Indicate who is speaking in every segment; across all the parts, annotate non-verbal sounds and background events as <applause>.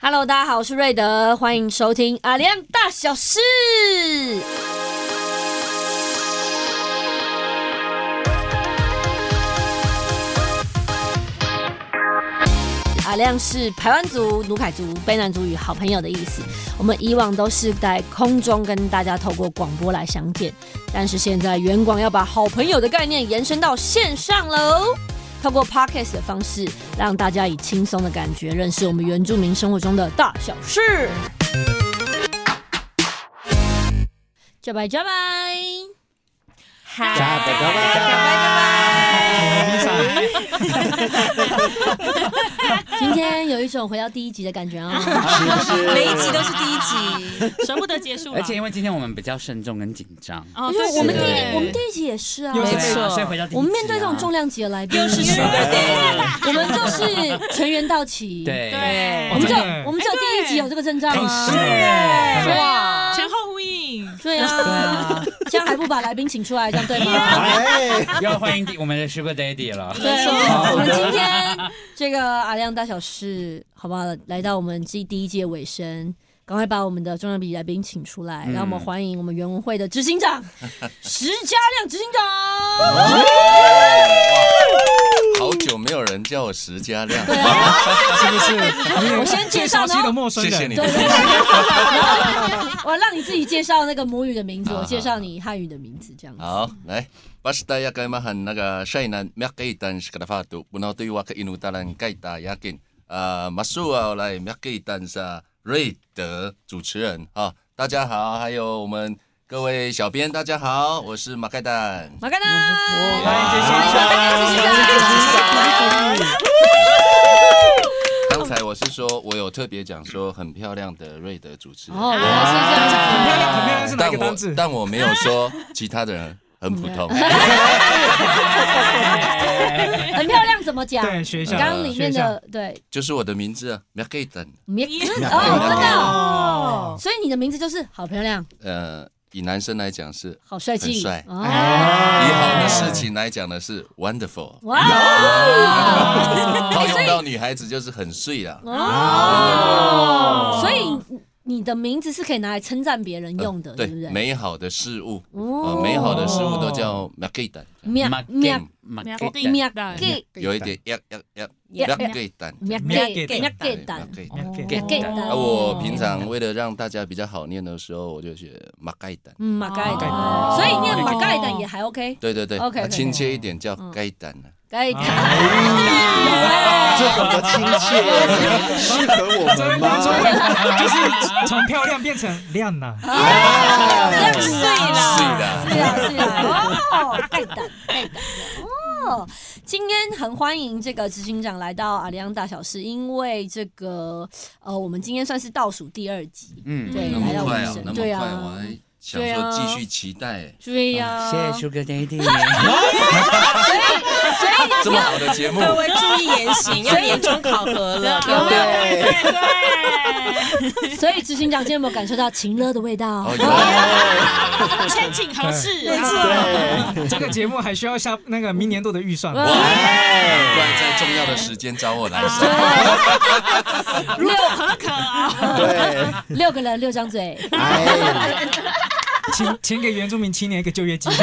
Speaker 1: Hello，大家好，我是瑞德，欢迎收听阿亮大小事。阿亮是排湾族、努凯族、卑南族与好朋友的意思。我们以往都是在空中跟大家透过广播来相见，但是现在远广要把好朋友的概念延伸到线上喽。透过 podcast 的方式，让大家以轻松的感觉认识我们原住民生活中的大小事。加拜加拜，
Speaker 2: 加
Speaker 1: 嗨，
Speaker 2: 拜加拜，
Speaker 1: 今天有一种回到第一集的感觉啊、
Speaker 3: <laughs>
Speaker 2: 是不是？
Speaker 3: 每一集都是第一集，舍不得
Speaker 4: <laughs>
Speaker 3: 结束了。
Speaker 2: 而且因为今天我们比较慎重跟紧张，
Speaker 3: 哦，
Speaker 1: 因为我们第
Speaker 3: 对
Speaker 1: 一我们第一集也是啊，
Speaker 3: 又是没错
Speaker 5: 所以回到第一集啊
Speaker 1: 我们面对这种重量级的来宾，
Speaker 3: 又是学的，
Speaker 1: 我们就是全员到齐。，
Speaker 2: 对哎
Speaker 3: 对，
Speaker 1: 我们只有
Speaker 5: 真的
Speaker 1: 我们只有第一集有这个阵仗啊。
Speaker 5: 耶
Speaker 1: 对啊，
Speaker 3: 前后呼应，
Speaker 1: 对啊，这样还不把来宾请出来，这样对吗？
Speaker 5: 哎，要欢迎第我们的 Sugar Daddy 了。
Speaker 1: 对，我们今天这个阿亮大小事，好不好？来到我们这第一届尾声。赶快把我们的重量级来宾请出来，让我们欢迎我们园文会的执行 <laughs> 长石家亮执行长。
Speaker 6: 好久没有人叫我石家亮，
Speaker 1: 对啊，
Speaker 5: 是不是？
Speaker 1: 我先介绍，然
Speaker 5: 最熟悉
Speaker 1: 后
Speaker 5: 的陌生
Speaker 6: 谢
Speaker 5: 人，
Speaker 6: 谢你
Speaker 1: 对
Speaker 6: 们。
Speaker 5: 啊
Speaker 1: 对对，我让你自己介绍那个母语的名字，
Speaker 6: 好
Speaker 1: 我介绍你汉语的名字，这样子。
Speaker 6: 好，来，巴士达亚格马罕那个帅男麦格伊丹是格拉法杜，不闹对瓦克印度达兰盖达亚根，呃，马苏奥来麦格伊丹是瑞德主持人哈，大家好，还有我们各位小编大家好，我是马盖蛋。
Speaker 1: 马盖丹，
Speaker 5: 欢迎杰先生
Speaker 1: 欢迎马盖丹谢谢
Speaker 6: 刚才我是说我有特别讲说很漂亮的瑞德主持人，
Speaker 1: 哦，原来是这样
Speaker 5: 很
Speaker 1: 子。
Speaker 5: 漂亮，很漂亮是哪
Speaker 6: 但
Speaker 5: 个
Speaker 6: 我
Speaker 5: 单字？
Speaker 6: 但我没有说其他的人很普
Speaker 5: <laughs>
Speaker 6: 通。
Speaker 1: 很漂亮，怎么讲？
Speaker 5: 对，学校
Speaker 1: 刚刚里面的对，
Speaker 6: 就是我的名字啊 m a g a t o n
Speaker 1: 你
Speaker 3: 你
Speaker 1: 哦，真的哦
Speaker 5: 哦，
Speaker 1: 所以你的名字就是好漂亮、
Speaker 6: 呃，以男生来讲是，
Speaker 1: 好帅气
Speaker 6: 很帅
Speaker 1: 哦，
Speaker 6: 以好的事情来讲呢是 wonderful，
Speaker 1: 哇哦
Speaker 6: 套用到女孩子就是很碎啊啦。
Speaker 3: 哦
Speaker 1: 哦，所以你的名字是可以拿来称赞别人用的，
Speaker 6: 呃对
Speaker 1: 对不对？
Speaker 6: 美好的事物，
Speaker 1: 哦
Speaker 6: 呃，美好的事物都叫 m a g a t o
Speaker 1: 喵
Speaker 5: 马
Speaker 1: 喵
Speaker 6: n
Speaker 1: 喵 gay
Speaker 3: 对
Speaker 6: 有一点呀呀呀
Speaker 1: Yeah
Speaker 6: m a g a t o n
Speaker 1: 喵 gay 喵 gay 蛋，
Speaker 5: 给
Speaker 1: 给
Speaker 6: 啊，我平常为了让大家比较好念的时候，我就写 m a g a t o n
Speaker 1: 嗯马盖蛋，
Speaker 3: 哦
Speaker 1: 所以念马盖蛋也还 OK，
Speaker 6: 对对对，
Speaker 1: OK，OK，
Speaker 6: 啊亲切一点叫
Speaker 1: 嗯
Speaker 6: 盖蛋啊。
Speaker 1: 盖蛋。
Speaker 7: <laughs> 这怎么亲切？适合我们
Speaker 1: <laughs>
Speaker 7: 吗？
Speaker 5: 就是从漂亮变成亮呐，
Speaker 1: 亮碎
Speaker 6: <laughs> 碎
Speaker 1: 啦，啊碎啦，
Speaker 6: 的，
Speaker 1: 碎
Speaker 6: 啊
Speaker 1: 啦，哦，盖蛋，盖蛋。哦，今天很欢迎这个执行长来到阿里安大小事，因为这个呃，我们今天算是倒数第二集，
Speaker 5: 嗯，
Speaker 1: 对，
Speaker 6: 那
Speaker 1: 来到我
Speaker 6: 么快
Speaker 1: 们
Speaker 6: 啊，
Speaker 1: 身
Speaker 6: 那么
Speaker 1: 对
Speaker 6: 快，我
Speaker 1: 啊，
Speaker 6: 还想说继续期待。
Speaker 1: 对啊呀，
Speaker 5: 谢谢 Sugar
Speaker 1: <laughs>
Speaker 5: Daddy。
Speaker 6: 啊 <laughs> 这么好的节目，
Speaker 3: 各位注意言行，要年终考核了，
Speaker 1: 有没有？
Speaker 3: 对对，
Speaker 1: <laughs> 所以执行长今天有没有感受到情乐的味道？
Speaker 6: 哦，
Speaker 1: <laughs>
Speaker 6: 有
Speaker 3: 千请合适，啊没错，
Speaker 5: 这个节目还需要下那个明年度的预算。
Speaker 6: 哇！突然在重要的时间找我来上，
Speaker 1: 啊六
Speaker 3: 可可啊，
Speaker 7: 对，
Speaker 1: 六个人六张嘴，
Speaker 7: 哎，
Speaker 5: 请请给原住民青年一个就业机会。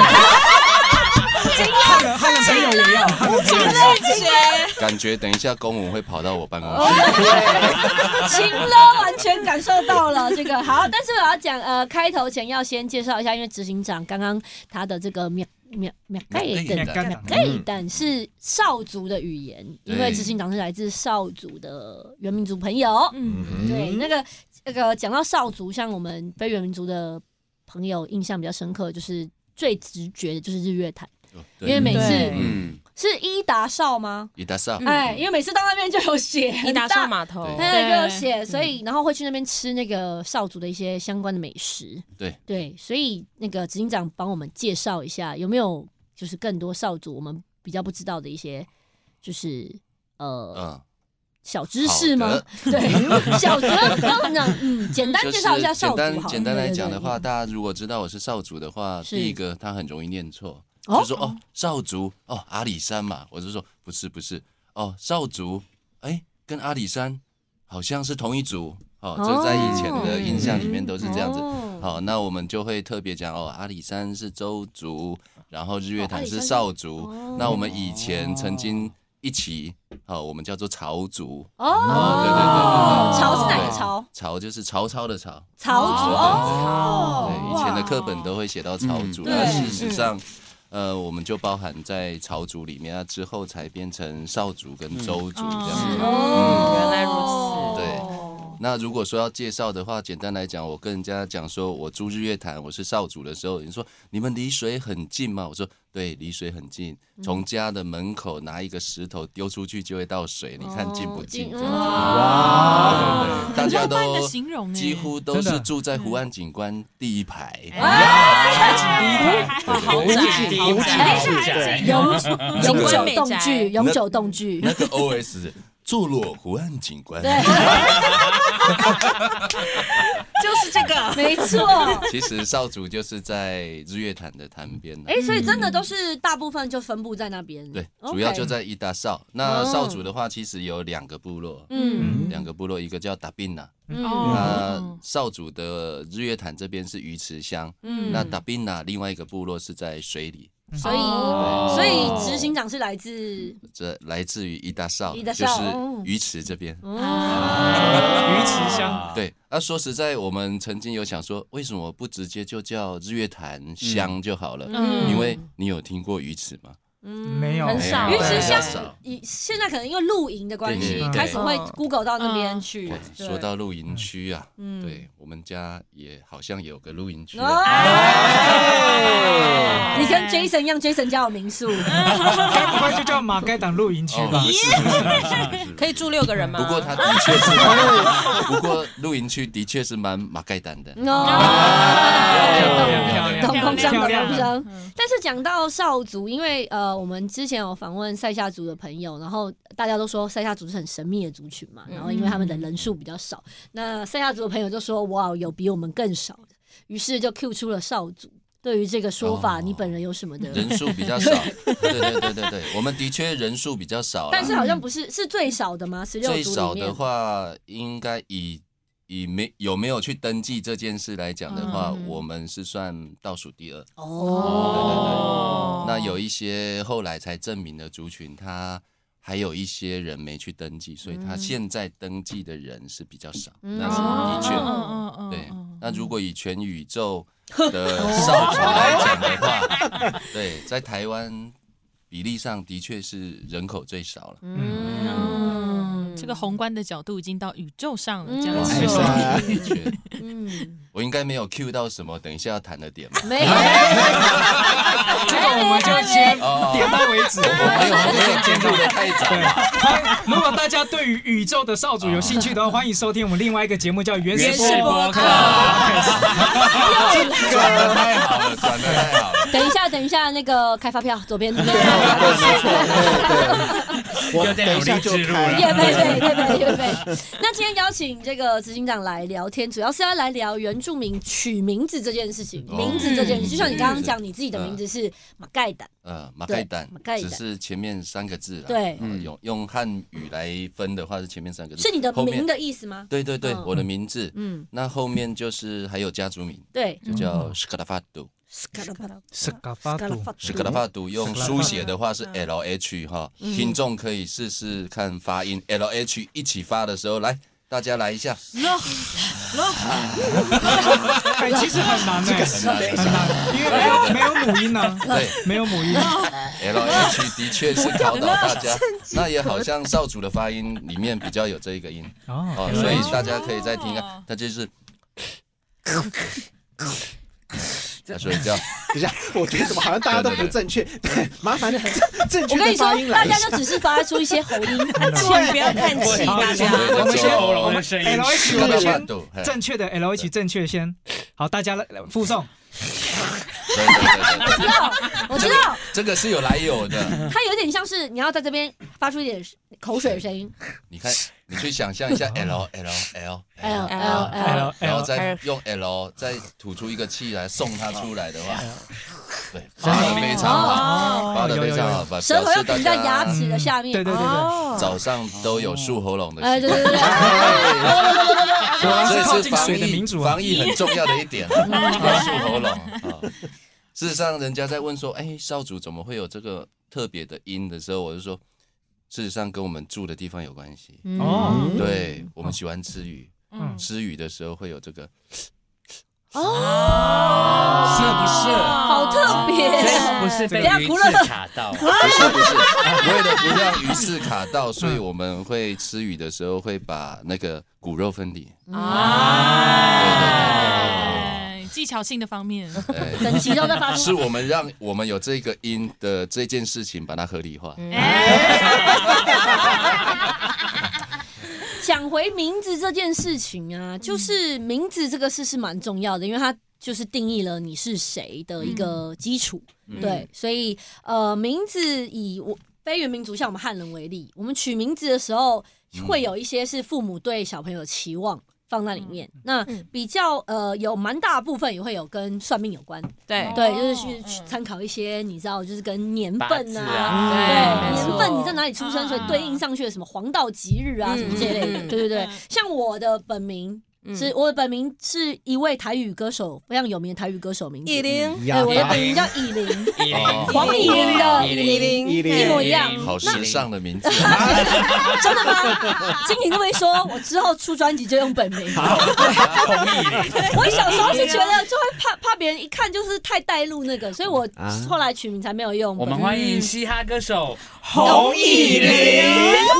Speaker 5: 汉人汉人朋友也要，汉人朋友也要。
Speaker 6: 感觉等一下公文会跑到我办 <laughs> 公室。
Speaker 1: 情了，完全感受到了这个好，但是我要讲呃，开头前要先介绍一下，因为执行长刚刚他的这个喵喵喵盖
Speaker 6: 喵
Speaker 5: 盖
Speaker 1: 的盖蛋是少族的语言，因为执行长是来自少族的原民族朋友，
Speaker 3: 嗯，
Speaker 1: 对那个那个讲到少族，像我们非原民族的朋友印象比较深刻，就是最直觉的就是日月潭，因为每次
Speaker 5: 对
Speaker 6: 嗯，
Speaker 1: 是伊达少吗？
Speaker 6: 伊达少，
Speaker 1: 哎，因为每次到那边就有写
Speaker 3: 你打上
Speaker 1: 嘛。
Speaker 3: 码头，
Speaker 1: 对，就有写，所以然后会去那边吃那个少族的一些相关的美食。
Speaker 6: 对
Speaker 1: 对，所以那个执行长帮我们介绍一下，有没有就是更多少族我们比较不知道的一些，就是呃
Speaker 6: 嗯，
Speaker 1: 小知识
Speaker 6: 好
Speaker 1: 吗
Speaker 6: 的？
Speaker 1: <laughs> 对，小知识呢，
Speaker 6: <laughs>
Speaker 1: 嗯，简单
Speaker 6: 就
Speaker 1: 介
Speaker 6: 是
Speaker 1: 绍一下少
Speaker 6: 简
Speaker 1: 族好了。
Speaker 6: 单简单来讲的话，
Speaker 1: 对，
Speaker 6: 大家如果知道我是少主的话，
Speaker 1: 是
Speaker 6: 第一个他很容易念错，
Speaker 1: 哦
Speaker 6: 就说哦少主哦阿里山嘛，我就说不是不是哦少主，哎跟阿里山好像是同一组哦，这在以前的印象里面都是这样子。
Speaker 1: 哦
Speaker 6: 好，那我们就会特别讲哦，阿里山是周族，然后日月潭是邵族。
Speaker 1: 哦
Speaker 6: 那我们以前曾经一起，好，我们叫做曹族。
Speaker 1: 哦，
Speaker 6: 对对对对，
Speaker 1: 潮是哪
Speaker 3: 个潮？
Speaker 6: 曹就是曹操的曹。
Speaker 1: 潮族哦，
Speaker 6: 对，以前的课本都会写到曹族，
Speaker 2: 嗯
Speaker 6: 那
Speaker 1: 对
Speaker 6: 事实上，呃，我们就包含在曹族里面，那之后才变成少族跟周族这样子。
Speaker 1: 哦，
Speaker 3: 嗯原来如
Speaker 6: 此对那如果说要介绍的话，简单来讲，我跟人家讲说我住日月潭，我是少主的时候，你说你们离水很近吗？我说对，离水很近，从家的门口拿一个石头丢出去就会到水，你看近不
Speaker 1: 哦
Speaker 6: 近？这样
Speaker 7: 哇，
Speaker 6: 对大家
Speaker 3: 很浪漫的
Speaker 6: 都
Speaker 3: 形容哎
Speaker 6: 几乎都
Speaker 5: 真的
Speaker 6: 是住在湖岸景观第一排。
Speaker 5: 海景第一排，
Speaker 3: 豪
Speaker 7: 无
Speaker 3: 宅
Speaker 7: 极地，无极
Speaker 1: 哎
Speaker 7: 地，
Speaker 1: 永永久动
Speaker 3: 景观
Speaker 1: 剧，
Speaker 3: 美
Speaker 1: 永久动剧，
Speaker 6: 那个 OS 坐落湖岸景观。
Speaker 1: 对，
Speaker 3: 就是这
Speaker 1: <laughs>
Speaker 3: 个。
Speaker 1: 没错。
Speaker 6: <laughs> 其实少主就是在日月潭的潭边啦
Speaker 1: 哎，所以真的都是大部分就分布在那边，
Speaker 6: 对，
Speaker 1: OK
Speaker 6: 主要就在伊达少。那少主的话，其实有两个部落，
Speaker 1: 哦嗯
Speaker 6: 两个部落，一个叫达宾纳。
Speaker 1: 嗯
Speaker 3: 哦
Speaker 6: 那少主的日月潭这边是鱼池乡，
Speaker 1: 嗯，
Speaker 6: 那达宾纳另外一个部落是在水里，
Speaker 1: 所以
Speaker 3: 哦
Speaker 1: 所以执行长是来自
Speaker 6: 这来自于伊达少，
Speaker 1: 伊达
Speaker 6: 就
Speaker 1: 少
Speaker 6: 是
Speaker 1: 哦
Speaker 6: 鱼池这边。
Speaker 1: 啊嗯
Speaker 5: 鱼池乡，
Speaker 6: 对，那说实在，我们曾经有想说，为什么不直接就叫日月潭乡就好了？
Speaker 1: 嗯
Speaker 6: 因为你有听过鱼池吗？
Speaker 5: 没有，
Speaker 3: 很少
Speaker 1: 鱼池乡
Speaker 6: 比较少
Speaker 1: 以现在可能因为露营的关系
Speaker 6: 对，
Speaker 1: 开始会
Speaker 3: 嗯
Speaker 1: Google 到那边
Speaker 3: 嗯
Speaker 1: 去
Speaker 6: 对。，
Speaker 1: 对
Speaker 6: 说到露营区啊，
Speaker 1: 嗯
Speaker 6: 对我们家也好像有个露营区啊、
Speaker 1: 哦
Speaker 3: 哎
Speaker 1: 你跟 Jason 一样，Jason 家有民宿，
Speaker 5: 该不会就叫马盖党露营区吧
Speaker 6: 哦？是是是是
Speaker 3: 可以住六个人吗？
Speaker 6: 不过它的确是蛮，不过露营区的确是蛮马盖丹的。
Speaker 1: 哦，<laughs>
Speaker 5: 漂亮，
Speaker 1: 懂工商，
Speaker 5: 漂
Speaker 1: 懂
Speaker 5: 亮
Speaker 1: 工，商。但是讲到少族，因为呃，我们之前有访问塞夏族的朋友，然后大家都说塞夏族是很神秘的族群嘛，然后因为他们的人数比较少，那塞夏族的朋友就说：“哇，有比我们更少的。”于是就 Q 出了少族。对于这个说法，
Speaker 6: 哦
Speaker 1: 你本人有什么的？
Speaker 6: 人数比较少，对对对对对，我们的确人数比较少啦。
Speaker 1: 但是好像不是是最少的吗？十六
Speaker 6: 最
Speaker 1: 族
Speaker 6: 少
Speaker 1: 里
Speaker 6: 的
Speaker 1: 面
Speaker 6: 话，应该以以没有没有去登记这件事来讲的话，我们是算倒数第二。
Speaker 1: 哦，
Speaker 6: 那有一些后来才证明的族群，他还有一些人没去登记，所以他现在登记的人是比较少，
Speaker 1: 嗯
Speaker 6: 那是的确。
Speaker 1: 嗯
Speaker 3: 嗯
Speaker 6: 对，那如果以全宇
Speaker 1: <laughs>
Speaker 6: 宙的
Speaker 1: 哦
Speaker 6: 少族来讲的话，对，在台湾比例上的确是人口最少了。
Speaker 1: 嗯，
Speaker 4: 这个宏观的角度已经到宇宙上了，
Speaker 1: 嗯
Speaker 4: 这样
Speaker 1: 哇
Speaker 4: 子。
Speaker 1: 没错
Speaker 6: 哇的确，
Speaker 1: 嗯，
Speaker 6: 我应该没有 cue 到什么，等一下要谈的
Speaker 1: <laughs>
Speaker 6: 点吧？
Speaker 1: 没有，
Speaker 5: 这个我们就先点到为止，
Speaker 6: 哦我没有，没有进入的太早
Speaker 5: 对
Speaker 6: 了。，
Speaker 5: 欢如果大家对于宇宙的少主有兴趣的话，欢迎收听我们另外一个节目叫《原始
Speaker 2: 原始
Speaker 5: 播
Speaker 2: 播
Speaker 5: 客
Speaker 2: 客》。
Speaker 6: 转的太好了，转的太好了。
Speaker 1: 等一下，等一下，那个开发票左 <laughs> 边那边，
Speaker 7: 对，没错，对对，我
Speaker 2: <laughs> 又在
Speaker 7: 等
Speaker 2: 努
Speaker 7: 一下
Speaker 2: 力
Speaker 7: 就
Speaker 2: 植入
Speaker 7: 开
Speaker 2: 了
Speaker 1: 叶佩佩佩佩叶佩。那今天邀请这个执行长来聊天，主要是要来聊原住民取名字这件事情，
Speaker 6: 哦
Speaker 1: 名字这件事，就像你刚刚讲，
Speaker 6: 嗯
Speaker 1: 你自己的名字是马盖达，
Speaker 6: 呃，马盖蛋
Speaker 1: 马盖，
Speaker 6: 只
Speaker 1: 蛋
Speaker 6: 是前面三个字啦。
Speaker 1: 对
Speaker 6: 呃用用汉语来分的话是前面三个字，
Speaker 1: 是你的
Speaker 6: 后面
Speaker 1: 名。的意思吗？
Speaker 6: 对对对，
Speaker 1: 嗯
Speaker 6: 我的名字。
Speaker 1: 嗯，
Speaker 6: 那后面就是还有家族名，
Speaker 1: 对。
Speaker 6: 就叫
Speaker 1: 嗯
Speaker 6: s k a d a f a d u
Speaker 5: 斯卡巴杜，
Speaker 1: 哦
Speaker 6: s k a d a f a d u 用书写的话是 L H 哈，
Speaker 1: 嗯
Speaker 6: 听众可以试试看发音 L H 一起发的时候，来大家来
Speaker 1: <laughs>
Speaker 6: 一下，
Speaker 5: 哎，其实很难哎，
Speaker 6: 很难很难。
Speaker 5: 很难，因为没有没有母音呢，
Speaker 6: 对
Speaker 5: 没有母音，
Speaker 6: ，L H 的确是考倒
Speaker 1: <laughs>
Speaker 6: 大家，那也好像少主的发音里面比较有这一个音
Speaker 5: 哦
Speaker 6: 哦，所以大家可以再听
Speaker 1: 哦
Speaker 6: 看，它 <laughs> 就是，它所以叫
Speaker 7: <laughs> 等一下，我觉得怎么好像大家都不正确，对，麻烦正
Speaker 1: 我
Speaker 7: 确
Speaker 1: 跟
Speaker 7: 的
Speaker 1: 你说
Speaker 7: 发音，
Speaker 1: 大
Speaker 7: 来一
Speaker 1: 家
Speaker 7: 下。
Speaker 1: 就只是发出一些喉 <laughs> 音，
Speaker 3: 请不要叹气，
Speaker 5: 好，
Speaker 3: 大家。
Speaker 5: 我们先
Speaker 6: 对
Speaker 5: 我
Speaker 2: 对
Speaker 5: 们
Speaker 2: 对
Speaker 5: L H 我
Speaker 6: s
Speaker 5: 们
Speaker 6: k a
Speaker 5: 先
Speaker 6: d a f a d u
Speaker 5: 正确的 L H 正确先，好，大家来来附送，
Speaker 6: 对对对对对，
Speaker 1: 我知道，
Speaker 6: 这个 <laughs> 是有来有的。
Speaker 1: 它有点像是你要在这边发出一点口水的声音，
Speaker 6: 你看，你去想象一 <laughs> 下 L L L
Speaker 1: L L L，
Speaker 6: 然后再用 L 再吐出一个气来送它出来的话，对，发的非常好，
Speaker 5: 哦
Speaker 6: 发哦的非常好，把
Speaker 1: 舌头要
Speaker 6: 表
Speaker 1: 抵
Speaker 6: 示
Speaker 1: 在
Speaker 6: 大
Speaker 1: 牙
Speaker 6: 家
Speaker 1: 齿的下面。
Speaker 5: 对对对对，
Speaker 6: 早上都有漱喉咙的
Speaker 1: 哎，
Speaker 6: 习
Speaker 1: 嗯对
Speaker 6: 惯
Speaker 1: 对。对对，
Speaker 5: <laughs> 果然
Speaker 6: 这
Speaker 5: 是靠
Speaker 6: 是
Speaker 5: 近
Speaker 6: 防
Speaker 5: 水的
Speaker 6: 疫
Speaker 5: 民主啊
Speaker 6: 防！疫很重要的一
Speaker 5: <laughs>
Speaker 6: 点，啊要漱喉咙啊。事实上，人家在问说：“哎，少主怎么会有这个特别的音的时候，我就说，事实上跟我们住的地方有关系。
Speaker 5: 哦
Speaker 1: 嗯
Speaker 6: 对我们喜欢吃鱼，
Speaker 5: 嗯
Speaker 6: 吃鱼的时候会有这个，
Speaker 1: 哦，
Speaker 2: 是不是？
Speaker 1: 好特别，
Speaker 2: 所以不是被
Speaker 1: 等一下
Speaker 2: 鱼
Speaker 1: 苦乐
Speaker 2: 刺卡到，
Speaker 6: 不是不是，为了不让鱼刺卡到，所以我们会吃鱼的时候会把那个骨肉分离。
Speaker 4: 哎，技巧性的方面，
Speaker 6: 哎
Speaker 1: 整齐都在发
Speaker 6: 是
Speaker 1: 出。
Speaker 6: 我们让我们有这个音的这件事情把它合理化。
Speaker 1: 嗯讲回名字这件事情啊，就是名字这个事是蛮重要的，因为它就是定义了你是谁的一个基础。对，所以呃，名字以我非原民族，像我们汉人为例，我们取名字的时候会有一些是父母对小朋友的期望。放在里面，那比较呃有蛮大部分也会有跟算命有关，
Speaker 3: 对
Speaker 1: 对，就是去去参考一些你知道，就是跟年
Speaker 2: 八
Speaker 1: 份
Speaker 2: 字
Speaker 1: 啊，
Speaker 2: 啊，
Speaker 1: 对，
Speaker 3: 哎没
Speaker 1: 年
Speaker 3: 错啊
Speaker 1: 份你在哪里出生，
Speaker 4: 嗯
Speaker 1: 所以对应上去的什么黄道吉日啊，
Speaker 3: 嗯
Speaker 1: 什么这类的，
Speaker 3: 嗯
Speaker 1: 对对对
Speaker 4: 嗯。
Speaker 1: 像我的本名是我的本名是一位台语歌手，非常有名的台语歌手名字，
Speaker 3: 一零
Speaker 1: 对，哎我的
Speaker 7: 呀
Speaker 1: 本名叫以
Speaker 2: <laughs>
Speaker 1: 琳，
Speaker 2: 一零
Speaker 6: 哦
Speaker 1: 黄以琳的以
Speaker 3: 一
Speaker 1: 琳，
Speaker 3: 零
Speaker 7: 一
Speaker 1: 一模
Speaker 7: 零
Speaker 1: 一样
Speaker 6: 好时尚的名字，
Speaker 1: 真的吗？经理这么一说，我之后出专辑就用本名。我小时候是觉得就会怕怕别人一看就是太带入那个，所以我
Speaker 7: 啊
Speaker 1: 后来取名才没有用。
Speaker 2: 我们欢迎嘻哈歌手，
Speaker 5: 红以玲，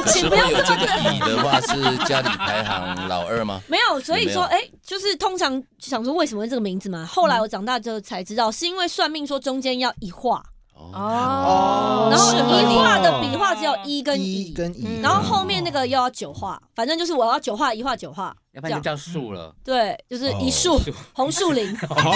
Speaker 6: 那时候有这个乙的话是家里排行老二吗？
Speaker 1: 没有，所以说，
Speaker 6: 也没
Speaker 1: 哎、就是通常想说为什么会这个名字嘛。后来我长大之后才知道，是因为算命说中间要一画，
Speaker 7: 哦
Speaker 1: 然后
Speaker 7: 适合
Speaker 1: 一
Speaker 7: 你
Speaker 1: 画的笔画只有一跟
Speaker 7: 一
Speaker 1: 一，
Speaker 7: 跟一，
Speaker 1: 然后后面那个又要九画，反正就是我要九画一画九画，
Speaker 2: 要不然就叫树了。
Speaker 1: 对，就是一树、红树林，红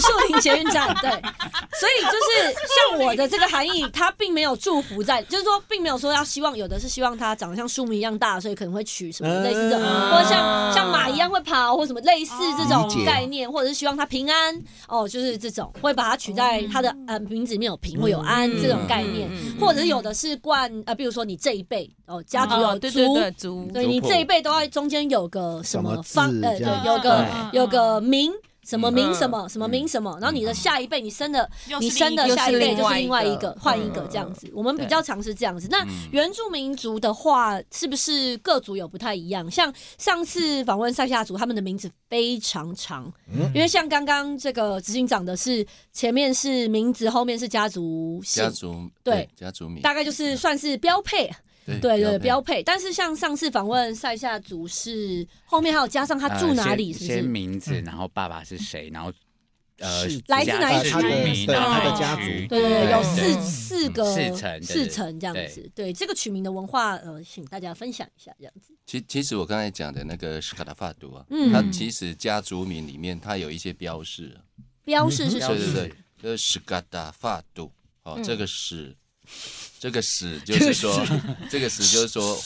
Speaker 1: 树林捷运站，对。所以就是像我的这个含义，它并没有祝福在，就是说并没有说要希望，有的是希望它长得像树木一样大，所以可能会取什么类似这种，
Speaker 7: 嗯
Speaker 1: 或者像像马一样会跑，或什么类似这种
Speaker 7: 理解
Speaker 1: 概念，或者是希望它平安哦，就是这种会把它取在它的呃名字里面有平会有安这种概念，或者是有的是冠呃，比如说你这一辈哦家族
Speaker 7: 啊
Speaker 1: 有
Speaker 3: 啊对对
Speaker 1: 族
Speaker 3: 对，族
Speaker 1: 所以你这一辈都要中间有个什么方
Speaker 7: 什么，字
Speaker 1: 呃，
Speaker 7: 这
Speaker 1: 对
Speaker 7: 样，
Speaker 1: 有个
Speaker 4: 嗯
Speaker 1: 有个名。什么名
Speaker 3: 嗯
Speaker 1: 什么什么名什么，然后你的下一辈，你生的
Speaker 4: 哦又是
Speaker 1: 你
Speaker 4: 另
Speaker 1: 生
Speaker 4: 一
Speaker 1: 的
Speaker 4: 个嗯
Speaker 1: 下一辈就是另外一个
Speaker 3: 又是另外一个
Speaker 1: 换一个这样子。我们比较常是这样子。那
Speaker 6: 嗯
Speaker 1: 原住民族的话，是不是各族有不太一样？像上次访问塞夏族，他们的名字非常长，因为像刚刚这个执行长的是前面是名字，后面是家族姓
Speaker 6: 家，族
Speaker 1: 对
Speaker 6: 家族名，
Speaker 1: 大概就是算是标配。啊对对，标
Speaker 6: 标
Speaker 1: 配。但是像上次访问塞夏族是后面还有加上 <laughs> 他住哪里，
Speaker 2: 呃
Speaker 1: 是
Speaker 2: 先
Speaker 1: 不
Speaker 2: 先
Speaker 1: 是？
Speaker 2: 名字，然后爸爸是谁，然后呃
Speaker 7: 是，
Speaker 1: 来自哪一
Speaker 2: 家
Speaker 1: 区嗯哦
Speaker 2: 是名
Speaker 7: 对
Speaker 2: 然后
Speaker 7: 他的
Speaker 2: 哪一
Speaker 7: 家
Speaker 2: 区
Speaker 7: 族
Speaker 1: 对对对，有
Speaker 2: 对
Speaker 1: 四四个
Speaker 2: 四层对
Speaker 1: 四层这样子。对这个取名的文化，呃，请大家分享一下这样子。
Speaker 6: 其其实我刚才讲的那个斯卡达法都啊，
Speaker 1: 嗯
Speaker 6: 它其实家族名里面它有一些标示，
Speaker 1: 标示是什
Speaker 2: 标
Speaker 6: 对
Speaker 1: 么？
Speaker 2: 示
Speaker 6: 对对，就是斯卡达法都，哦，这个史，这个史就
Speaker 1: 这个
Speaker 6: 是说，这个史就是说，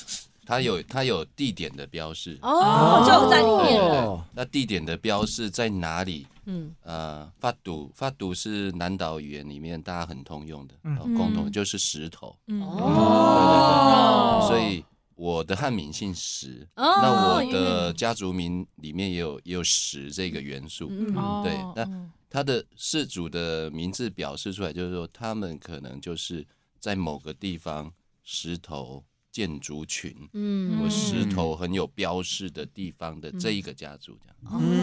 Speaker 6: 它有它有地点的标示，
Speaker 1: 哦，就有在里
Speaker 6: 对
Speaker 1: 面
Speaker 6: 对
Speaker 1: 了。
Speaker 6: 对，那地点的标示在哪里？
Speaker 1: 嗯
Speaker 6: 呃，发堵发堵是南岛语言里面大家很通用的，呃共同就是石头，
Speaker 1: 嗯哦，
Speaker 6: 所以我的汉名姓石，
Speaker 1: 哦
Speaker 6: 那我的家族名里面也有也有石这个元素，
Speaker 1: 嗯
Speaker 4: 哦
Speaker 6: 对，那他的氏族的名字表示出来，就是说他们可能就是在某个地方石头建族群。
Speaker 1: 嗯
Speaker 6: 或石头很有标示的地方的这一个家族，这样，
Speaker 4: 嗯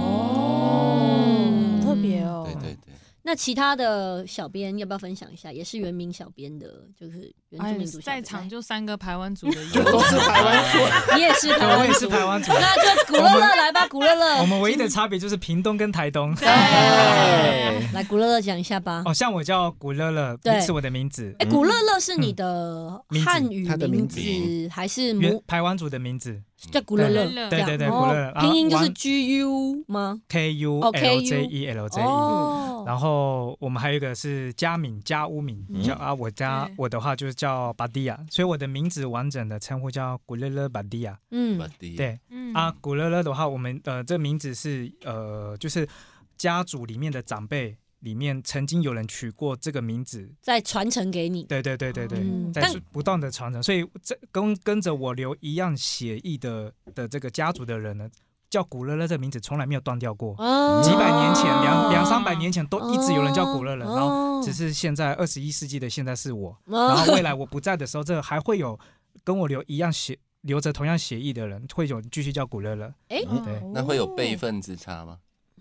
Speaker 1: 哦
Speaker 3: 特别哦
Speaker 6: 对对对。
Speaker 1: 那其他的小编要不要分享一下？也是原名小编的，就是原住
Speaker 4: 哎
Speaker 1: 民族小编。
Speaker 4: 在场就三个排湾族的，
Speaker 7: 就都是台湾说
Speaker 1: 你也是台
Speaker 5: 对，我
Speaker 1: 湾
Speaker 5: 也
Speaker 1: 族
Speaker 5: 是，台湾族。
Speaker 1: 那就古乐乐来吧，古乐乐。
Speaker 5: 我们唯一的差别就是屏东跟台东。
Speaker 1: 哎来古乐乐讲一下吧。
Speaker 5: 哦，像我叫古乐乐，
Speaker 1: 对
Speaker 5: 是我的名字，
Speaker 1: 哎
Speaker 5: 嗯
Speaker 1: 哎，古乐乐是你的汉语
Speaker 7: 嗯名字他的
Speaker 1: 名
Speaker 7: 名
Speaker 1: 字还是
Speaker 5: 原
Speaker 1: 母？
Speaker 5: 台湾族的名字。
Speaker 1: 叫古乐乐，
Speaker 4: 对
Speaker 1: 这样
Speaker 5: 嗯对对
Speaker 1: 哦
Speaker 5: 古乐乐啊
Speaker 1: 拼音就是
Speaker 5: 玩
Speaker 1: G U 吗？
Speaker 5: K U
Speaker 1: 哦
Speaker 5: L
Speaker 1: ，K U
Speaker 5: J E L J E。
Speaker 1: 哦，
Speaker 5: 然后我们还有一个是佳敏佳乌敏，叫啊我家
Speaker 4: 对
Speaker 5: 我的话就是叫巴迪亚，所以我的名字完整的称呼叫古乐乐巴迪亚。
Speaker 1: <laughs> 嗯，
Speaker 6: Badi
Speaker 5: 对
Speaker 4: 嗯
Speaker 5: 啊，，古乐乐的话，我们呃这名字是呃就是家族里面的长辈里面曾经有人取过这个名字，
Speaker 1: 再传承给你。
Speaker 5: 对对对对对，
Speaker 1: 嗯
Speaker 5: 但
Speaker 1: 但
Speaker 5: 是不断的传承，所以这跟跟着我留一样血裔的的这个家族的人呢，叫古乐乐这名字从来没有断掉过。
Speaker 1: 哦
Speaker 5: 几百年前，两
Speaker 4: 哦
Speaker 5: 两三百年前都一直有人叫古乐乐，
Speaker 1: 哦
Speaker 5: 然后
Speaker 1: 后
Speaker 5: 只是现在二十一世纪的现在是我，然
Speaker 1: 嗯哦
Speaker 5: 后未来我不在的时候，这还会有跟我留一样血留着同样血裔的人，会有继续叫古乐乐。
Speaker 1: 哎
Speaker 4: 嗯
Speaker 5: 对
Speaker 6: 那会有
Speaker 1: 哦
Speaker 6: 辈分之差吗？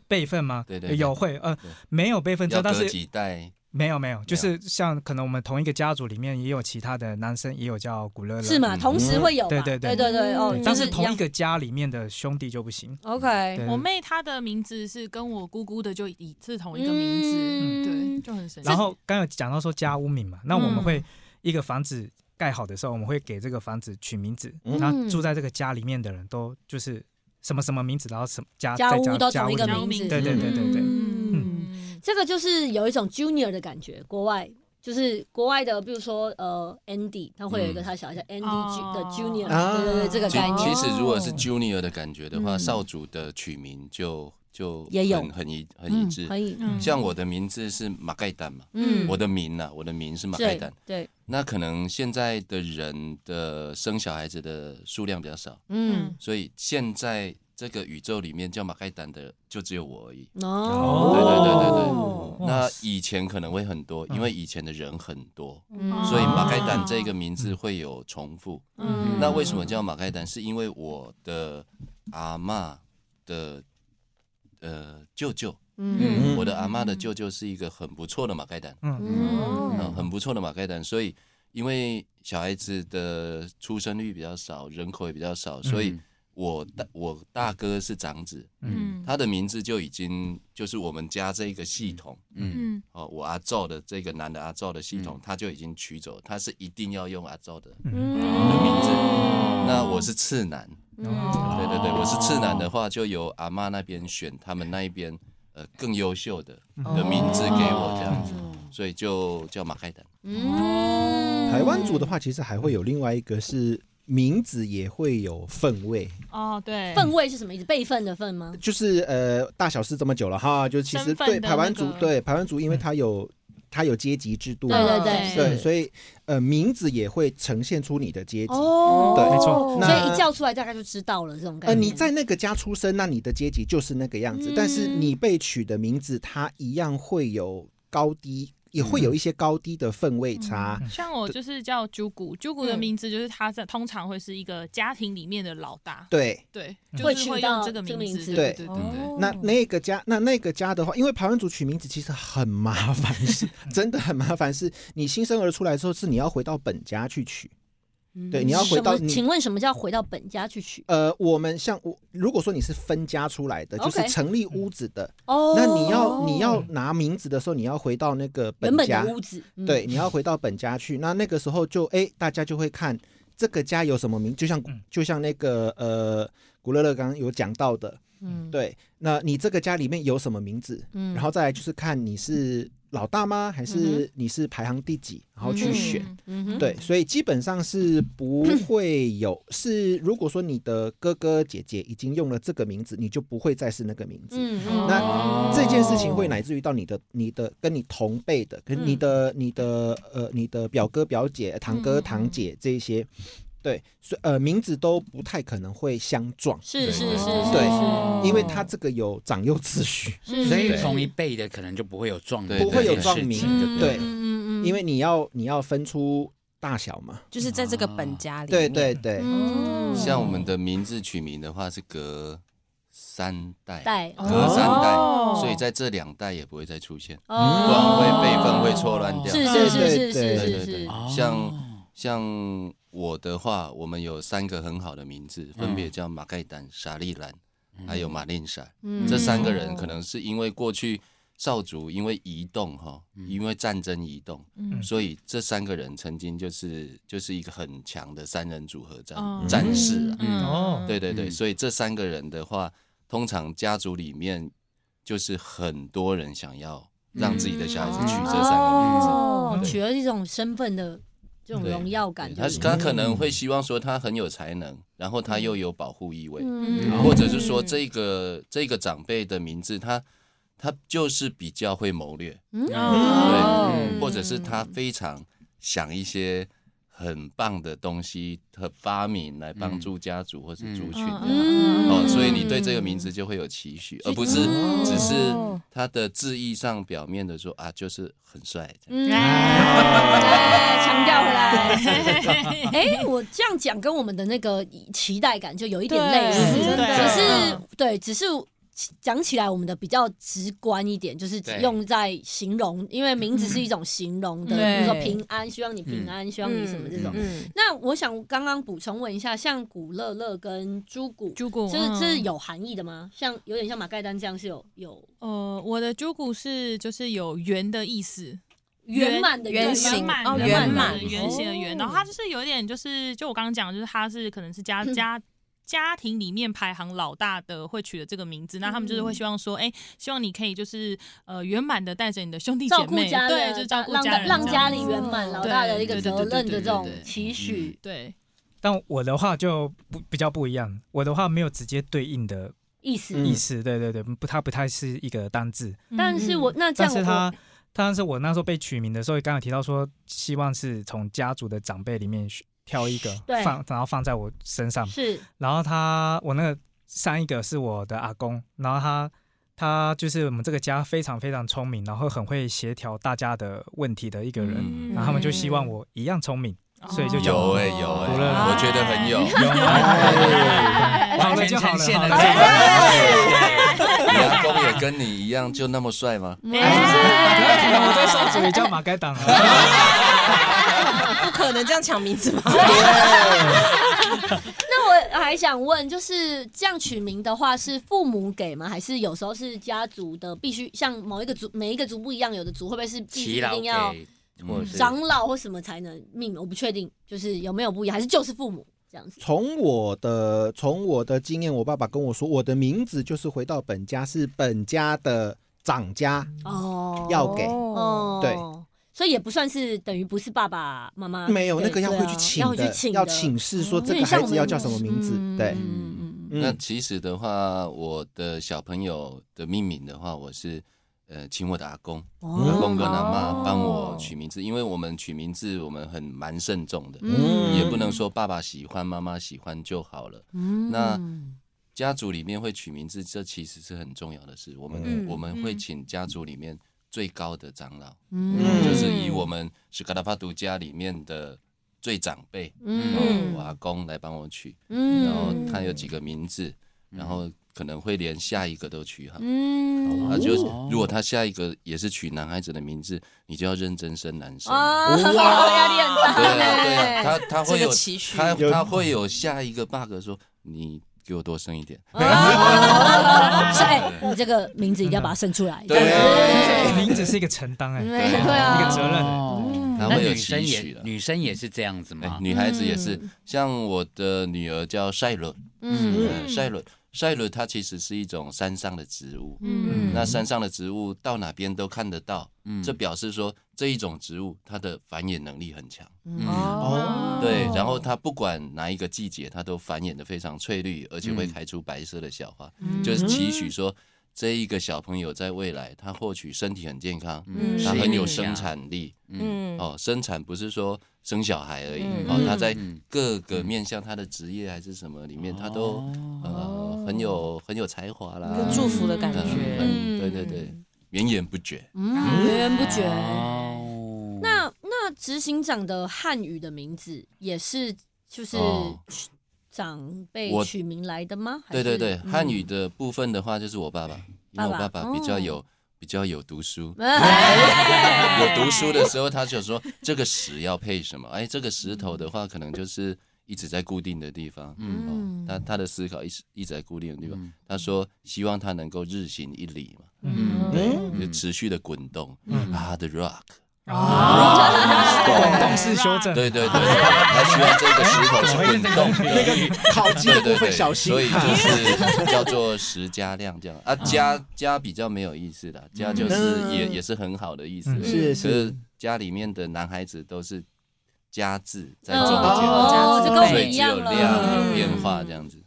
Speaker 5: 辈分吗？
Speaker 6: 对对对
Speaker 5: 有会呃
Speaker 6: 对
Speaker 5: 没有辈分差，
Speaker 6: 要
Speaker 5: 但
Speaker 6: 隔
Speaker 5: 是
Speaker 6: 几代？
Speaker 5: 没有没有，就是像可能我们同一个家族里面也有其他的男生也有叫古乐乐，
Speaker 1: 是吗？
Speaker 6: 嗯
Speaker 1: 同时会有吧，
Speaker 5: 对对
Speaker 1: 对对
Speaker 5: 对
Speaker 1: 对哦
Speaker 4: 对，
Speaker 5: 但
Speaker 1: 就是
Speaker 5: 同
Speaker 1: 样
Speaker 5: 一个家里面的兄弟就不行。
Speaker 1: OK，
Speaker 5: 对
Speaker 4: 我妹她的名字是跟我姑姑的就一是同一个名字，
Speaker 1: 嗯
Speaker 4: 对，就很神奇。
Speaker 5: 然后刚有讲到说家屋名嘛，那我们
Speaker 4: 嗯
Speaker 5: 会一个房子盖好的时候，我们会给这个房子取名字，
Speaker 7: 嗯
Speaker 5: 那住在这个家里面的人都就是什么什么名字，然后什么家
Speaker 1: 家
Speaker 5: 再
Speaker 1: 屋
Speaker 5: 加
Speaker 1: 都
Speaker 5: 家
Speaker 1: 同一
Speaker 5: 屋
Speaker 1: 个
Speaker 5: 里面
Speaker 1: 名字，
Speaker 5: 对对对对对，
Speaker 4: 嗯，
Speaker 1: 这个就是有一种 junior 的感觉，国外。就是国外的，比如说呃，Andy，他会有一个
Speaker 6: 嗯
Speaker 1: 他小孩叫 Andy
Speaker 4: 哦
Speaker 1: Ju- 的 Junior，
Speaker 7: 啊
Speaker 1: 对对对，这个
Speaker 6: 其
Speaker 1: 概
Speaker 6: 其
Speaker 1: 念
Speaker 6: 实如果是 junior 的感觉的话，
Speaker 1: 哦嗯
Speaker 6: 少主的取名就就
Speaker 1: 也有
Speaker 6: 很很一很一
Speaker 1: 嗯
Speaker 6: 致。
Speaker 1: 可以，
Speaker 4: 嗯
Speaker 6: 像我的名字是马盖丹嘛，
Speaker 1: 嗯，
Speaker 6: 我的名呐、我的名是马盖
Speaker 1: 对嗯
Speaker 6: 丹。
Speaker 1: 对，
Speaker 6: 那可能现在的人的生小孩子的数量比较少，
Speaker 1: 嗯，
Speaker 6: 所以现在这个宇宙里面叫马盖丹的就只有我而已。
Speaker 1: 哦，
Speaker 6: 对对对对
Speaker 1: 对
Speaker 5: 哇
Speaker 6: 那
Speaker 5: 塞嗯
Speaker 6: 以前可能会很多，因为以前的人很多，
Speaker 1: 嗯
Speaker 6: 所以马盖
Speaker 4: 丹
Speaker 6: 丹这个名字会有重复。
Speaker 1: 嗯
Speaker 6: 那为什么叫马盖丹？是因为我的阿嬷的呃舅舅，
Speaker 1: 嗯
Speaker 6: 我的阿嬷的舅舅是一个很不错的马盖丹，
Speaker 5: 嗯，
Speaker 1: 嗯
Speaker 6: 嗯，很不错的马盖丹，所以因为小孩子的出生率比较少，人口也比较少，所以我大我大哥是长子，
Speaker 4: 嗯
Speaker 6: 他的名字就已经就是我们家这个系统。
Speaker 2: 嗯，
Speaker 4: 嗯
Speaker 6: 哦，我阿赵的这个男的阿赵的系统，他就已经取走，他是一定要用阿赵的的名字。那我是次男，
Speaker 7: 嗯
Speaker 5: 嗯
Speaker 6: 对对对，我是次男的话，就由阿妈那边选他们那一边呃更优秀的的名字给我这样子，所以就叫马开丹。
Speaker 1: 嗯
Speaker 7: 台湾族的话，其实还会有另外一个是名字也会有分位，
Speaker 4: 哦对，
Speaker 1: 份位是什么意思？辈分的份吗？
Speaker 7: 就是呃大小事这么久了哈，就其实
Speaker 4: 身份
Speaker 7: 对
Speaker 4: 的
Speaker 7: 台湾族
Speaker 4: 那，个
Speaker 7: 对台湾族，因为它有它有阶级制度
Speaker 1: 对
Speaker 7: 嘛，
Speaker 1: 对嗯对，
Speaker 7: 对，所以呃名字也会呈现出你的阶级。
Speaker 1: 哦，
Speaker 7: 对
Speaker 5: 没错
Speaker 1: 所以
Speaker 7: 那
Speaker 1: 一叫出来大概就知道了这种感
Speaker 7: 呃，
Speaker 1: 觉。嗯
Speaker 7: 你在那个家出生，那你的阶级就是那个样子，但是你被取的名字，它一样会有高低，也会有一些高低的分位差。
Speaker 1: 嗯
Speaker 4: 像我就是叫朱古，朱古的名字就是他在通常会是一个家庭里面的老大，
Speaker 7: 对，
Speaker 4: 对，
Speaker 5: 嗯
Speaker 4: 就是
Speaker 1: 会取
Speaker 4: 会
Speaker 1: 到
Speaker 4: 用这个
Speaker 1: 这个名
Speaker 4: 名
Speaker 1: 字
Speaker 4: 字，对对对，
Speaker 1: 哦
Speaker 7: 那那个家，那那个家的话，因为台湾族取名字其实很麻烦，是真的很麻烦，是你新生儿出来之后，是你要回到本家去取。对，你要回到
Speaker 1: 嗯什么
Speaker 7: 你
Speaker 1: 请问什么叫回到本家去取？
Speaker 7: 呃，我们像我，如果说你是分家出来的，就是
Speaker 1: OK
Speaker 7: 成立屋子的，
Speaker 1: 哦
Speaker 7: 那你要你要拿名字的时候，你要回到那个
Speaker 1: 原
Speaker 7: 本
Speaker 1: 本
Speaker 7: 家
Speaker 1: 的，屋子，嗯
Speaker 7: 对，你要回到本家去。那那个时候就哎，大家就会看这个家有什么名，就像
Speaker 5: 嗯
Speaker 7: 就像那个呃古乐乐刚刚有讲到的，
Speaker 1: 嗯，
Speaker 7: 对，那你这个家里面有什么名字？
Speaker 1: 嗯
Speaker 7: 然后再来就是看你是老大吗？还是你是排行第几？然后去选。
Speaker 4: 嗯
Speaker 1: 嗯哼，
Speaker 7: 对，所以基本上是
Speaker 1: <laughs>
Speaker 7: 不会有是，如果说你的哥哥姐姐已经用了这个名字，你就不会再是那个名字。
Speaker 1: 嗯
Speaker 7: 那
Speaker 4: 哦
Speaker 7: 这件事情会乃至于到你的、你的跟你同辈的、跟你的、你的呃、你的表哥、表姐、堂哥、
Speaker 4: 嗯
Speaker 7: 堂姐这一些，对，所以呃名字都不太可能会相撞，
Speaker 1: 是是是是
Speaker 7: 对
Speaker 1: 是
Speaker 7: 因为它这个有长幼次序，
Speaker 1: 是，
Speaker 2: 所以
Speaker 1: 是
Speaker 2: 同一辈的可能就不会有撞名，
Speaker 6: 嗯对不会有
Speaker 7: 撞名
Speaker 1: 嗯
Speaker 7: 对
Speaker 1: 嗯嗯嗯，
Speaker 7: 因为你要你要分出大小嘛，
Speaker 3: 就是在这个本家里
Speaker 7: 对
Speaker 3: 面，
Speaker 7: 对对，
Speaker 1: 嗯
Speaker 6: 像我们的名字取名的话，是隔三代，
Speaker 1: 代
Speaker 6: 隔三代，
Speaker 4: 哦
Speaker 6: 所以在这两代也不会再出现，不然
Speaker 1: 哦，
Speaker 6: 会辈分会错乱掉。
Speaker 1: 是是是是
Speaker 7: 对对
Speaker 1: 是
Speaker 6: 对
Speaker 1: 是
Speaker 6: 对对
Speaker 1: 是，
Speaker 2: 哦
Speaker 6: 像像我的话，我们有三个很好的名字，分别叫马盖丹、沙利兰，还有马令莎。
Speaker 1: 嗯
Speaker 6: 这三个人可能是因为过去少主因为移动哈，因为战争移动，
Speaker 4: 嗯
Speaker 6: 所以这三个人曾经就是就是一个很强的三人组合战、
Speaker 4: 哦
Speaker 6: 战士啊。
Speaker 4: 嗯
Speaker 5: 哦
Speaker 6: 对对对，
Speaker 2: 嗯
Speaker 6: 所以这三个人的话，通常家族里面就是很多人想要让自己的小孩子取
Speaker 1: 嗯
Speaker 6: 这三个名字。
Speaker 1: 哦，
Speaker 5: 对
Speaker 1: 取了一种身份的这种
Speaker 6: 对
Speaker 1: 荣耀感，嗯
Speaker 6: 对
Speaker 1: 就
Speaker 6: 他
Speaker 1: 是
Speaker 6: 他可能会希望说他很有才能，然后他又有保护意味，
Speaker 1: 嗯
Speaker 6: 啊或者是说这个这个长辈的名字他他就是比较会谋略，
Speaker 1: 哦
Speaker 6: 对，或者是他非常想一些很棒的东西和发明来帮助家族或是族群。
Speaker 1: 嗯
Speaker 6: 哦，所以你对这个名字就会有期许，哦而不是只是他的字义上表面的说啊，就是很帅。这样
Speaker 1: 嗯， <laughs> 哎，强调回来。 <laughs> 哎，我这样讲跟我们的那个期待感就有一点类似，
Speaker 4: 对真的
Speaker 1: 只是对，只是讲起来我们的比较直观一点，就是
Speaker 2: 对
Speaker 1: 用在形容，因为名字是一种形容的，
Speaker 4: 嗯对
Speaker 1: 比如说平安，希望你平安，希望你什么这种。
Speaker 3: 嗯，
Speaker 1: 那我想刚刚补充问一下，像古乐乐跟朱古，
Speaker 4: 朱古
Speaker 1: 这
Speaker 4: 嗯
Speaker 1: 这是有含义的吗？像有点像马盖丹这样是有有
Speaker 4: 呃，我的朱古是就是有圆的意思，
Speaker 1: 圆满的
Speaker 3: 圆
Speaker 1: 圆
Speaker 3: 形
Speaker 1: 满
Speaker 3: 哦
Speaker 4: 圆
Speaker 3: 圆
Speaker 4: 满
Speaker 3: 满
Speaker 4: 的圆形的圆，然后它就是有点就是就我刚刚讲，就是它是可能是家家。家庭里面排行老大的会取的这个名字，那他们就是
Speaker 1: 嗯
Speaker 4: 会希望说，哎、希望你可以就是呃圆满的带着你的兄弟姐
Speaker 1: 照顾
Speaker 4: 妹，
Speaker 1: 家人，
Speaker 4: 对，就照顾
Speaker 1: 让
Speaker 4: 家人，
Speaker 1: 让
Speaker 4: 这
Speaker 1: 家
Speaker 4: 样
Speaker 1: 里
Speaker 4: 子
Speaker 1: 圆满老
Speaker 4: 对
Speaker 1: 大的一个
Speaker 4: 对对
Speaker 1: 责
Speaker 4: 对
Speaker 1: 任的
Speaker 4: 对
Speaker 1: 这种
Speaker 4: 对对
Speaker 1: 期许。
Speaker 4: 对，
Speaker 5: 但我的话就不比较不一样，我的话没有直接对应的
Speaker 1: 意思。
Speaker 7: 嗯
Speaker 5: 意思，对对对，不，它不太是一个单字，
Speaker 1: 但
Speaker 4: 嗯
Speaker 1: 是我那这
Speaker 5: 但
Speaker 1: 样我，
Speaker 5: 是它。但是我那时候被取名的时候，刚刚有提到说，希望是从家族的长辈里面选挑一个
Speaker 1: 对
Speaker 5: 放，然后放在我身上。
Speaker 1: 是
Speaker 4: 嗯
Speaker 5: 然后他我那个上一个是我的阿公，然后他他就是我们这个家非常非常聪明，然后很会协调大家的问题的一个人，
Speaker 6: 嗯
Speaker 5: 然后他们就希望我一样聪明，所以就叫
Speaker 6: 有
Speaker 5: 我
Speaker 6: 哎有哎
Speaker 5: 古乐，乐
Speaker 6: 我觉得很 <laughs> 有。
Speaker 5: 有
Speaker 4: 哎
Speaker 5: 好了
Speaker 2: 完
Speaker 5: 就
Speaker 2: 全
Speaker 5: 好
Speaker 2: 呈现
Speaker 5: 了，
Speaker 2: 了
Speaker 5: 好了
Speaker 1: 哎 <laughs>
Speaker 6: 你阿公也跟你一样就那么帅吗？
Speaker 5: 可能我在上主也叫马该党啊，
Speaker 3: 不可能这样抢名字吧？
Speaker 1: 那我还想问，就是这样取名的话，是父母给吗？还是有时候是家族的？必须像某一个族，每一个族不一样，有的族会不会是必须
Speaker 2: 祈
Speaker 1: 一
Speaker 2: 祷
Speaker 1: 定要
Speaker 2: 给或是
Speaker 1: 长老或什么才能命名？我不确定，就是有没有不一样，还是就是父母这样子？
Speaker 7: 从我的从我的经验，我爸爸跟我说，我的名字就是回到本家，是本家的长家
Speaker 1: 哦，
Speaker 7: 要给，
Speaker 1: 哦，
Speaker 7: 对。
Speaker 1: 所以也不算是等于不是爸爸妈妈
Speaker 7: 没有那个要
Speaker 1: 对
Speaker 7: 会
Speaker 1: 啊
Speaker 7: 去
Speaker 1: 要
Speaker 7: 请
Speaker 1: 回去
Speaker 7: 的，
Speaker 1: 请
Speaker 7: 要
Speaker 1: 的
Speaker 7: 请示
Speaker 1: 有
Speaker 7: 说这
Speaker 1: 点
Speaker 7: 个
Speaker 1: 哦像
Speaker 7: 孩
Speaker 1: 我
Speaker 7: 子
Speaker 1: 们
Speaker 7: 要叫什么名字，对，
Speaker 1: 嗯嗯嗯
Speaker 6: 那
Speaker 7: 嗯，
Speaker 6: 其实的话，我的小朋友的命名的话，我是呃请我的阿公，
Speaker 1: 哦
Speaker 6: 阿公跟阿妈啊帮我取名字，因为我们取名字我们很蛮慎重的，
Speaker 1: 嗯
Speaker 6: 也不能说爸爸喜欢妈妈喜欢就好了。
Speaker 1: 嗯
Speaker 6: 那家族里面会取名字，这其实是很重要的事。我们、
Speaker 3: 嗯
Speaker 6: 我们会请家族里面最高的长老，
Speaker 1: 嗯
Speaker 6: 就是以我们史卡达帕独家里面的最长辈，
Speaker 1: 嗯
Speaker 6: 哦，我阿公来帮我取，
Speaker 1: 嗯
Speaker 6: 然后他有几个名字，然后可能会连下一个都取好。
Speaker 1: 嗯
Speaker 6: 啊，就是如果他下一个也是取男孩子的名字，你就要认真生男生。
Speaker 3: 哦
Speaker 1: 啊，压力很大
Speaker 6: 对啊，对
Speaker 1: 哎
Speaker 6: 啊，他他会
Speaker 3: 这
Speaker 6: 有
Speaker 3: 个期许
Speaker 6: 他
Speaker 7: 有
Speaker 6: 他会有下一个 bug 说你给我多生一点。
Speaker 1: 哦 <laughs>
Speaker 6: 嗯
Speaker 1: 啊是哎，嗯你这个名字一定要把它生出来，这样
Speaker 6: 对，啊
Speaker 5: 名字是一个承担哎，
Speaker 1: 对对
Speaker 5: 一
Speaker 1: 啊
Speaker 5: 个，责任，
Speaker 2: 哦
Speaker 6: 他
Speaker 2: 那
Speaker 6: 会有
Speaker 2: 女生
Speaker 6: 期
Speaker 2: 也
Speaker 6: 许了。
Speaker 2: 女生也是这样子吗？
Speaker 6: 哎女孩子也是，像我的女儿叫赛伦，
Speaker 1: 嗯
Speaker 6: 呃赛伦，赛伦它其实是一种山上的植物，
Speaker 1: 嗯
Speaker 6: 那山上的植物到哪边都看得到，这表示说这一种植物它的繁衍能力很强，
Speaker 7: 哦，
Speaker 6: 对，然后它不管哪一个季节，它都繁衍的非常翠绿，而且会开出白色的小花，
Speaker 1: 嗯
Speaker 6: 就是期许说这一个小朋友在未来他获取身体很健康，
Speaker 3: 嗯
Speaker 6: 他
Speaker 2: 是
Speaker 6: 很有
Speaker 2: 是
Speaker 6: 生产力，
Speaker 3: 嗯，
Speaker 6: 哦，生产不是说生小孩而已，
Speaker 3: 嗯
Speaker 6: 哦，他在
Speaker 2: 嗯
Speaker 6: 各个面向他的职业还是什么里面，他都
Speaker 2: 哦
Speaker 6: 呃很有很有才华啦，
Speaker 3: 有祝福的
Speaker 6: 嗯
Speaker 3: 感觉，
Speaker 6: 很对对对，源源不绝。
Speaker 1: 嗯，源源不绝。
Speaker 2: 哦
Speaker 1: 那那执行长的汉语的名字也是就是
Speaker 6: 哦
Speaker 1: 长辈
Speaker 6: 我
Speaker 1: 取名来的吗？还
Speaker 6: 对
Speaker 1: 是
Speaker 6: 对对，
Speaker 1: <laughs>
Speaker 6: 汉。
Speaker 1: 嗯
Speaker 6: 语的部分的话，就是我爸爸，因为我
Speaker 1: 爸
Speaker 6: 爸
Speaker 1: 爸
Speaker 6: 爸比较
Speaker 1: 哦
Speaker 6: 有比较有读书，
Speaker 1: 哎
Speaker 6: 有读书的时候，他就说这个石要配什么？哎，这个石头的话，可能就是一直在固定的地方，
Speaker 1: 嗯
Speaker 6: 哦，他他的思考一直一直在固定的地方。
Speaker 2: 嗯
Speaker 6: 他说希望他能够日行一里嘛，
Speaker 4: 嗯
Speaker 6: 对
Speaker 7: 嗯
Speaker 6: 就持续的滚动
Speaker 2: 嗯
Speaker 6: ，hard rock，
Speaker 5: 滚动式修正，
Speaker 6: 对对对，他希望这个石头是滚动的。
Speaker 7: 考级的
Speaker 6: 对
Speaker 7: 部
Speaker 6: 对
Speaker 7: 分
Speaker 6: 对，
Speaker 7: 小心
Speaker 6: 所以就
Speaker 7: 啊
Speaker 6: 是叫做十加量这样啊，加加比较没有意思啦，加就是
Speaker 7: 嗯
Speaker 6: 也也是很好的意思
Speaker 5: 嗯，
Speaker 7: 是
Speaker 6: 可
Speaker 7: 是
Speaker 6: 是家里面的男孩子都是加字在中间，
Speaker 1: 哦，
Speaker 3: 中间
Speaker 1: 就跟我
Speaker 6: 所
Speaker 1: 们
Speaker 6: 以
Speaker 1: 一
Speaker 6: 只
Speaker 1: 样
Speaker 6: 有
Speaker 1: 了，
Speaker 6: 量没有变化这样子。嗯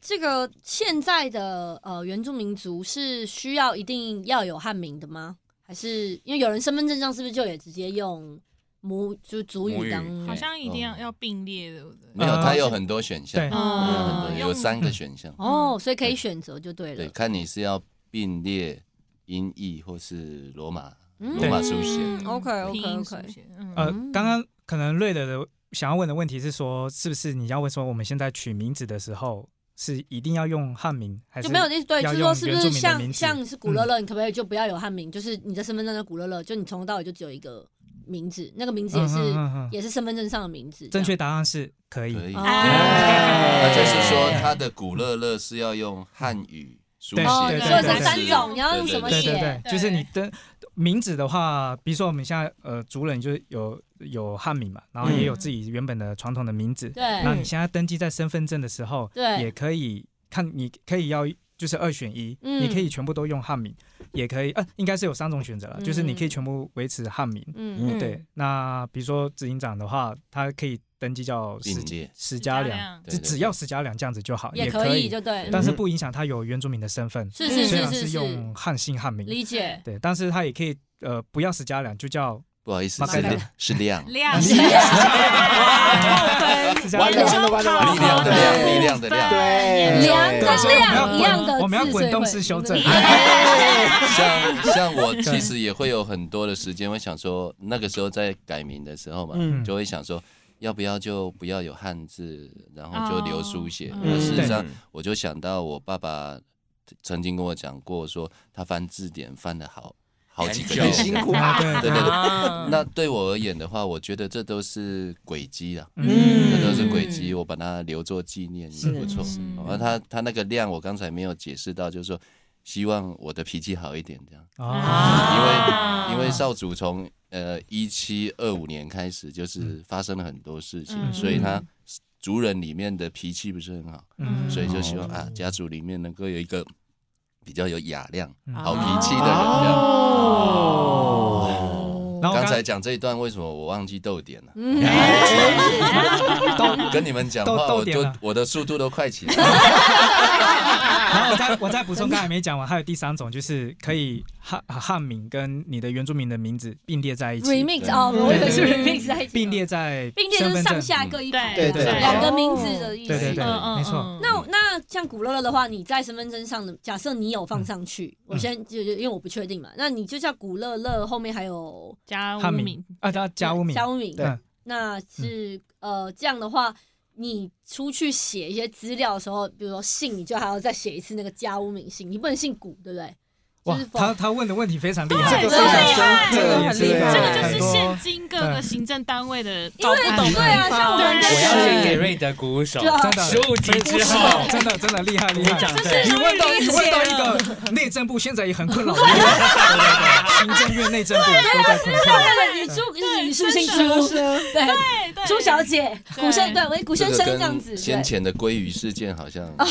Speaker 1: 这个现在的呃原住民族是需要一定要有汉名的吗？还是因为有人身份证上是不是就也直接用母就族
Speaker 2: 母
Speaker 1: 语
Speaker 2: 语
Speaker 1: 当？
Speaker 4: 好像一定要
Speaker 6: 哦
Speaker 4: 要并列的，对不对？嗯
Speaker 6: 没有，它有很嗯多选项
Speaker 5: 对，
Speaker 6: 它有
Speaker 1: 哦
Speaker 6: 很多有三个选项，
Speaker 1: 哦，所以可以选择就对
Speaker 6: 对，
Speaker 1: 了。
Speaker 6: 看你是要并列音译或是罗马
Speaker 1: 嗯
Speaker 6: 罗马书写。
Speaker 1: OK，OK，OK
Speaker 4: 拼音书写嗯
Speaker 5: 呃
Speaker 1: 嗯，
Speaker 5: 刚刚可能瑞德的想要问的问题是说，是不是你要问说我们现在取名字的时候是一定要用汉名，还是嗯
Speaker 1: 就没有意思，对，就
Speaker 5: 要
Speaker 1: 是
Speaker 5: 用
Speaker 1: 说是不
Speaker 5: 原
Speaker 1: 是
Speaker 5: 住民的
Speaker 1: 像
Speaker 5: 名字嗯
Speaker 1: 像是古乐乐，你可不可以就不要有汉名？就是你的身份证的古乐乐，就你从头到尾就只有一个名字，那个名字也是
Speaker 5: 嗯嗯嗯嗯
Speaker 1: 也是身份证上的名字。
Speaker 5: 正确答案是可以，
Speaker 6: 可以，
Speaker 1: 哦
Speaker 6: 那
Speaker 1: 哎
Speaker 6: 就是说他的古乐乐是要用汉语书写
Speaker 5: 对
Speaker 1: 哦，
Speaker 5: 对
Speaker 1: 所
Speaker 5: 对
Speaker 1: 以
Speaker 5: 对
Speaker 1: 这
Speaker 5: 对
Speaker 1: 三种你要用
Speaker 6: 对
Speaker 1: 什么
Speaker 5: 对
Speaker 1: 写？
Speaker 5: 对对，
Speaker 4: 对
Speaker 5: 就是你的名字的话，比如说我们现在呃族人就是有有汉名嘛，然后也有自己原本的传统的名字，
Speaker 1: 嗯对
Speaker 5: 那你现在登记在身份证的时候，
Speaker 1: 对
Speaker 5: 也可以看，你可以要就是二选一，
Speaker 1: 嗯
Speaker 5: 你可以全部都用汉名，也可以，呃，应该是有三种选择了，就是你可以全部维持汉名，
Speaker 1: 嗯
Speaker 7: 嗯
Speaker 5: 对。那比如说执行长的话，他可以登记叫
Speaker 6: 并
Speaker 5: 十
Speaker 6: 列
Speaker 5: 十加
Speaker 4: 十加
Speaker 5: 两
Speaker 4: 两，
Speaker 6: 对
Speaker 5: 只
Speaker 6: 对
Speaker 5: 只
Speaker 6: 对
Speaker 5: 要十加两这样子就好，
Speaker 1: 也
Speaker 5: 可
Speaker 1: 可以，就对，
Speaker 5: 但是不影响他有原住民的身份，
Speaker 1: 是是
Speaker 5: 虽
Speaker 1: 是
Speaker 5: 然
Speaker 1: 是
Speaker 5: 是
Speaker 1: 是，
Speaker 5: 用汉姓汉名，
Speaker 1: 理解。
Speaker 5: 对，但是他也可以呃不要十加两，就叫
Speaker 6: 不好意思，
Speaker 5: 马
Speaker 6: 是
Speaker 5: 盖
Speaker 6: 量是量，力
Speaker 4: 量 <laughs>
Speaker 1: 是
Speaker 5: 十加两。
Speaker 7: 完了完了完了完了
Speaker 6: 量的量，力量的量。
Speaker 7: 对，
Speaker 1: 量
Speaker 7: 对
Speaker 1: 跟量一样的字，
Speaker 5: 我们要滚动式修
Speaker 1: 所
Speaker 5: 正
Speaker 1: 以会
Speaker 6: 哎像像我其实也会有很多的时间，会想说那个时候在改名的时候嘛，
Speaker 7: 嗯
Speaker 6: 就会想说要不要就不要有汉字，然后就留书写。
Speaker 4: 哦
Speaker 6: 那、事实上
Speaker 7: 嗯，
Speaker 6: 我就想到我爸爸曾经跟我讲过说他翻字典翻了好好几个
Speaker 2: 很久
Speaker 6: 月
Speaker 7: 很，辛苦
Speaker 5: 啊
Speaker 7: 啊。
Speaker 5: 对
Speaker 6: 对对对。
Speaker 3: 啊
Speaker 6: 那对我而言的话，我觉得这都是轨迹啊，
Speaker 5: 嗯
Speaker 6: 这都是轨迹，我把它留作纪念也不错。
Speaker 4: 是
Speaker 6: 然后他他那个量，我刚才没有解释到，就是说希望我的脾气好一点这样。
Speaker 5: 啊，
Speaker 6: 因为因为少主从呃一七二五年开始，就是发生了很多事情，
Speaker 4: 嗯
Speaker 6: 所以他族人里面的脾气不是很好，
Speaker 5: 嗯
Speaker 6: 所以就希望啊家族里面能够有一个比较有雅量、
Speaker 5: 嗯
Speaker 6: 好脾气的人。这样
Speaker 7: 哦，
Speaker 5: 然后
Speaker 1: <laughs>
Speaker 6: 刚才讲这一段，为什么我忘记逗点了、跟你们讲
Speaker 5: 逗
Speaker 6: 话，
Speaker 5: 逗
Speaker 6: 我
Speaker 5: 点
Speaker 6: 都
Speaker 5: 了
Speaker 6: 我的速度都快起来了。
Speaker 5: 然后我再我再补充，刚才没讲完，还有第三种就是可以汉汉名跟你的原住民的名字并列在一 <laughs> 起，
Speaker 1: remix 哦，我以为是 remix 在一起，
Speaker 5: 并列在
Speaker 1: 并列就
Speaker 5: 身
Speaker 1: 是
Speaker 5: 份
Speaker 1: 上
Speaker 5: 证，
Speaker 1: 下各一排，
Speaker 4: 对
Speaker 7: 对
Speaker 1: 对
Speaker 7: 对
Speaker 1: 两个名字的意
Speaker 5: 对对
Speaker 1: 思。
Speaker 5: 对，
Speaker 4: 嗯
Speaker 5: 没错，
Speaker 1: 那那像古乐乐的话，你在身份证上的假设你有放上去，
Speaker 5: 嗯
Speaker 1: 我先就就因为我不确定嘛，那你就叫古乐乐，后面还有
Speaker 4: 加
Speaker 5: 汉
Speaker 4: 五
Speaker 5: 名
Speaker 4: 名，
Speaker 5: 啊，加加乌名，
Speaker 1: 加乌敏，
Speaker 5: 对嗯
Speaker 1: 那是呃这样的话，你出去写一些资料的时候，比如说姓，你就还要再写一次那个家屋名姓，你不能姓古，对不对？
Speaker 5: 哇
Speaker 1: 就是，否
Speaker 5: 他他问的问题非常厉害，
Speaker 7: 这个非常深，
Speaker 5: 这个也
Speaker 7: 很厉
Speaker 5: 是
Speaker 7: 害，
Speaker 4: 这个就是
Speaker 5: 很多
Speaker 4: 现今各个行政单位的
Speaker 1: 因为
Speaker 4: 不懂
Speaker 1: 对啊，像我们
Speaker 4: 对
Speaker 2: 我
Speaker 1: 在
Speaker 2: 要
Speaker 4: 是
Speaker 2: 先给瑞德鼓鼓手，
Speaker 1: 就
Speaker 5: 真的
Speaker 2: 十五集之后，
Speaker 5: <laughs> 真的真的厉害厉
Speaker 2: 鼓
Speaker 5: 害，
Speaker 2: 掌声。
Speaker 5: 你问到你问到一个内政部现在也很困扰的问题，对对对行政院内政部都在困扰。
Speaker 1: 语助语助姓朱，对
Speaker 4: 对对
Speaker 1: 朱小姐，古先对，喂，古
Speaker 6: 这
Speaker 1: 先
Speaker 6: 个
Speaker 1: 生这样子，
Speaker 6: 跟先
Speaker 1: 对，
Speaker 6: 前的鲑鱼事件好像，
Speaker 4: 对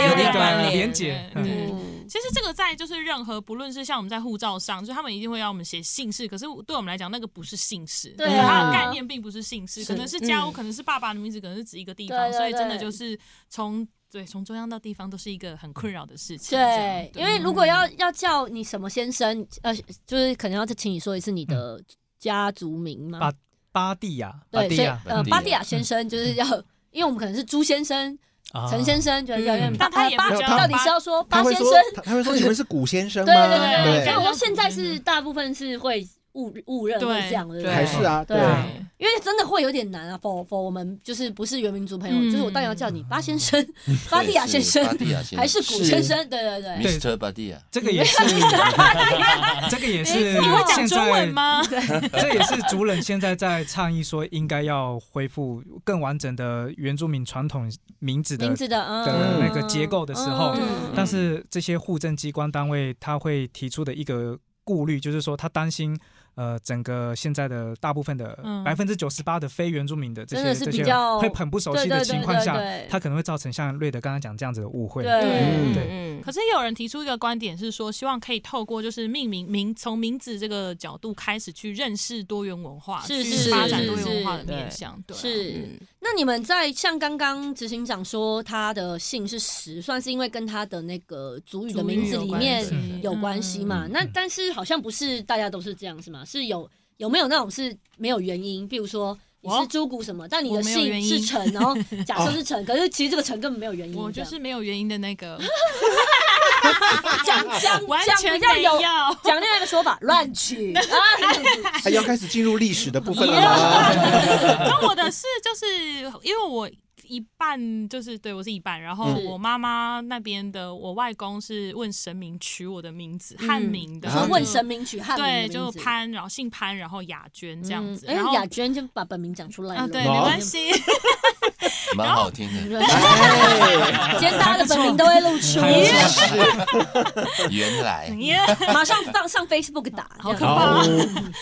Speaker 4: 也有点关联
Speaker 5: 连结
Speaker 4: 对对
Speaker 1: 嗯
Speaker 4: 其实这个在就是任何，不论是像我们在护照上，就他们一定会要我们写姓氏，可是对我们来讲，那个不是姓氏，
Speaker 1: 对
Speaker 4: 就是它
Speaker 1: 啊
Speaker 4: 的概念并不是姓氏，
Speaker 1: 是
Speaker 4: 可能是家屋，
Speaker 3: 嗯
Speaker 4: 可能是爸爸的名字，可能是指一个地
Speaker 1: 对
Speaker 4: 方，
Speaker 1: 对
Speaker 4: 所以真的
Speaker 1: 对
Speaker 4: 就是从对从中央到地方都是一个很困扰的事情。这样
Speaker 1: 对，因为如果要要叫你什么先生，呃，就是可能要再请你说一次你的家族名嘛，
Speaker 5: 啊巴蒂亚，
Speaker 1: 对，
Speaker 5: 蒂
Speaker 1: 所以
Speaker 5: 亚，
Speaker 1: 呃，巴蒂亚先生就是要，因为我们可能是朱先生、
Speaker 5: 啊
Speaker 1: 陈先生，觉得有点
Speaker 4: 嗯
Speaker 1: 巴，
Speaker 4: 但他也
Speaker 1: 巴
Speaker 4: 不
Speaker 1: 巴
Speaker 7: 叫
Speaker 1: 到底是要说
Speaker 7: 他
Speaker 1: 巴
Speaker 7: 会
Speaker 1: 先
Speaker 7: 说
Speaker 1: 生？，
Speaker 7: 他他会说你们是古先生
Speaker 1: 对
Speaker 7: 吗？
Speaker 1: 对对
Speaker 4: 对
Speaker 1: 但我说现在是大部分是会误误认嗯
Speaker 4: 对
Speaker 1: 会这样的，对不对
Speaker 4: 对
Speaker 7: 还是啊，
Speaker 1: 对
Speaker 7: 对
Speaker 1: 啊
Speaker 4: 对，
Speaker 1: 因因为真的会有点难啊。否否，我们就是不是原民族朋友，
Speaker 4: 嗯
Speaker 1: 就是我当然要叫你巴先生、
Speaker 5: 嗯
Speaker 1: <laughs> 巴蒂亚先生
Speaker 6: 巴蒂亚先生
Speaker 1: 还是古先生，对对对。
Speaker 6: Mr. 巴蒂亚，
Speaker 5: 这个也是，这个也是
Speaker 1: 嗯
Speaker 4: 你会讲
Speaker 5: 现
Speaker 4: 中
Speaker 5: 在
Speaker 4: 文吗？ <laughs>
Speaker 5: <laughs> 这也是族人现在在倡议说，应该要恢复更完整的原住民传统名字
Speaker 1: 名
Speaker 5: 的
Speaker 1: 字的嗯
Speaker 5: 的那个结构的时候
Speaker 1: 嗯
Speaker 5: 但是这些户政机关单位他会提出的一个顾虑，就是说他担心，呃，整个现在的大部分的
Speaker 4: 嗯
Speaker 5: 百分之九十八的非原住民的这
Speaker 1: 真的
Speaker 5: 些
Speaker 1: 是
Speaker 5: 这
Speaker 1: 比
Speaker 5: 些
Speaker 1: 较
Speaker 5: 会很不熟悉
Speaker 1: 对
Speaker 5: 的
Speaker 1: 对
Speaker 5: 情
Speaker 1: 对
Speaker 5: 况
Speaker 1: 对
Speaker 5: 下
Speaker 1: 对，
Speaker 5: 他可能会造成像瑞德刚刚讲这样子的误会。
Speaker 1: 对，
Speaker 5: 嗯对
Speaker 3: 嗯，
Speaker 4: 可是有人提出一个观点是说，希望可以透过就是命名名从名字这个角度开始去认识多元文化，
Speaker 1: 是
Speaker 4: 去
Speaker 1: 是
Speaker 4: 发展
Speaker 1: 是
Speaker 4: 多元文化
Speaker 1: 是
Speaker 4: 的面向。对啊，
Speaker 1: 是。那你们在像刚刚执行长说他的姓是石，算是因为跟他的那个族语的名字里面
Speaker 4: 族语
Speaker 1: 有关系嘛？
Speaker 4: 嗯
Speaker 1: 那但是好像不是大家都是这样是吗？是有有没有那种是没有原因？比如说你是
Speaker 4: 我
Speaker 1: 朱古什么，但你的
Speaker 4: 我没有
Speaker 1: 姓
Speaker 4: 原因
Speaker 1: 是陈，然后假设是陈，可是其实这个陈根本没有原因。
Speaker 4: 我就是没有原因的那个，
Speaker 1: 讲讲
Speaker 4: 完
Speaker 1: 讲比
Speaker 4: 全没
Speaker 1: 较有。
Speaker 4: 有 <laughs>
Speaker 1: 讲另外一个说法，乱取啊，这样子
Speaker 7: 哎，要开始进入历史的部分了吗？
Speaker 4: 那我的是就是因为我一半就是对我是一半，然后
Speaker 1: 嗯
Speaker 4: 我妈妈那边的我外公是问神明取我的名字
Speaker 1: 嗯
Speaker 4: 汉名的，
Speaker 1: 你
Speaker 4: 然后
Speaker 1: 说
Speaker 4: 就
Speaker 1: 问神明取汉民的
Speaker 4: 对，
Speaker 1: 名
Speaker 4: 就
Speaker 1: 字
Speaker 4: 潘，然后姓潘，然后雅娟这样子，
Speaker 1: 嗯哎、
Speaker 4: 然后
Speaker 1: 雅娟就把本名讲出来了，
Speaker 4: 啊对，没关系，
Speaker 6: 蛮好听的，
Speaker 1: 今天大家的本名都会露出，
Speaker 6: 原来
Speaker 4: 耶
Speaker 1: 马上放上 Facebook 打，好
Speaker 4: 可怕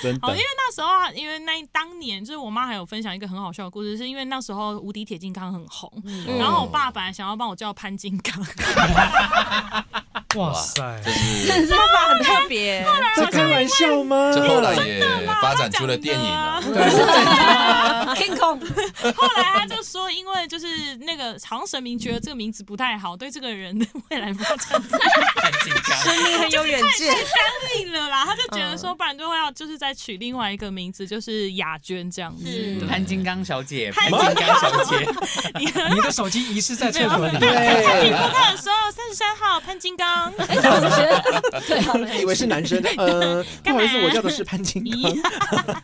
Speaker 7: 真
Speaker 4: 好，因为，
Speaker 7: 的
Speaker 4: 那时候啊，因为那当年就是我妈还有分享一个很好笑的故事，是因为那时候《无敌铁金刚》很红，
Speaker 6: 嗯
Speaker 4: 然后我爸本来想要帮我叫潘金刚， <laughs>
Speaker 5: 哇塞，
Speaker 6: 这是
Speaker 1: 真是吧？
Speaker 3: 很特别，
Speaker 7: 在开玩笑吗？
Speaker 6: 这后来也发展出了电影
Speaker 4: 他讲的
Speaker 6: 啊，
Speaker 1: 天空，
Speaker 4: 后来他就说，因为就是那个好像神明觉得这个名字不太好，对这个人的未来 <laughs> 发展不太
Speaker 2: 看金刚，
Speaker 3: 你很有远见，
Speaker 4: 定了啦，他就觉得说，不然就会要就是再取另外一个名字，就是雅娟这样子。
Speaker 1: 是
Speaker 2: 潘金刚小姐，
Speaker 4: 潘
Speaker 2: 潘
Speaker 4: 金
Speaker 2: 金刚小姐，
Speaker 4: 你很 <laughs>
Speaker 5: 你的手机遗失在厕所里。
Speaker 7: 对，
Speaker 4: 不可说三十三号潘金刚，
Speaker 1: 哎，我觉得对啊，
Speaker 7: 以为是男生，呃，不好意思，
Speaker 4: 干嘛
Speaker 7: 我叫的是潘金刚。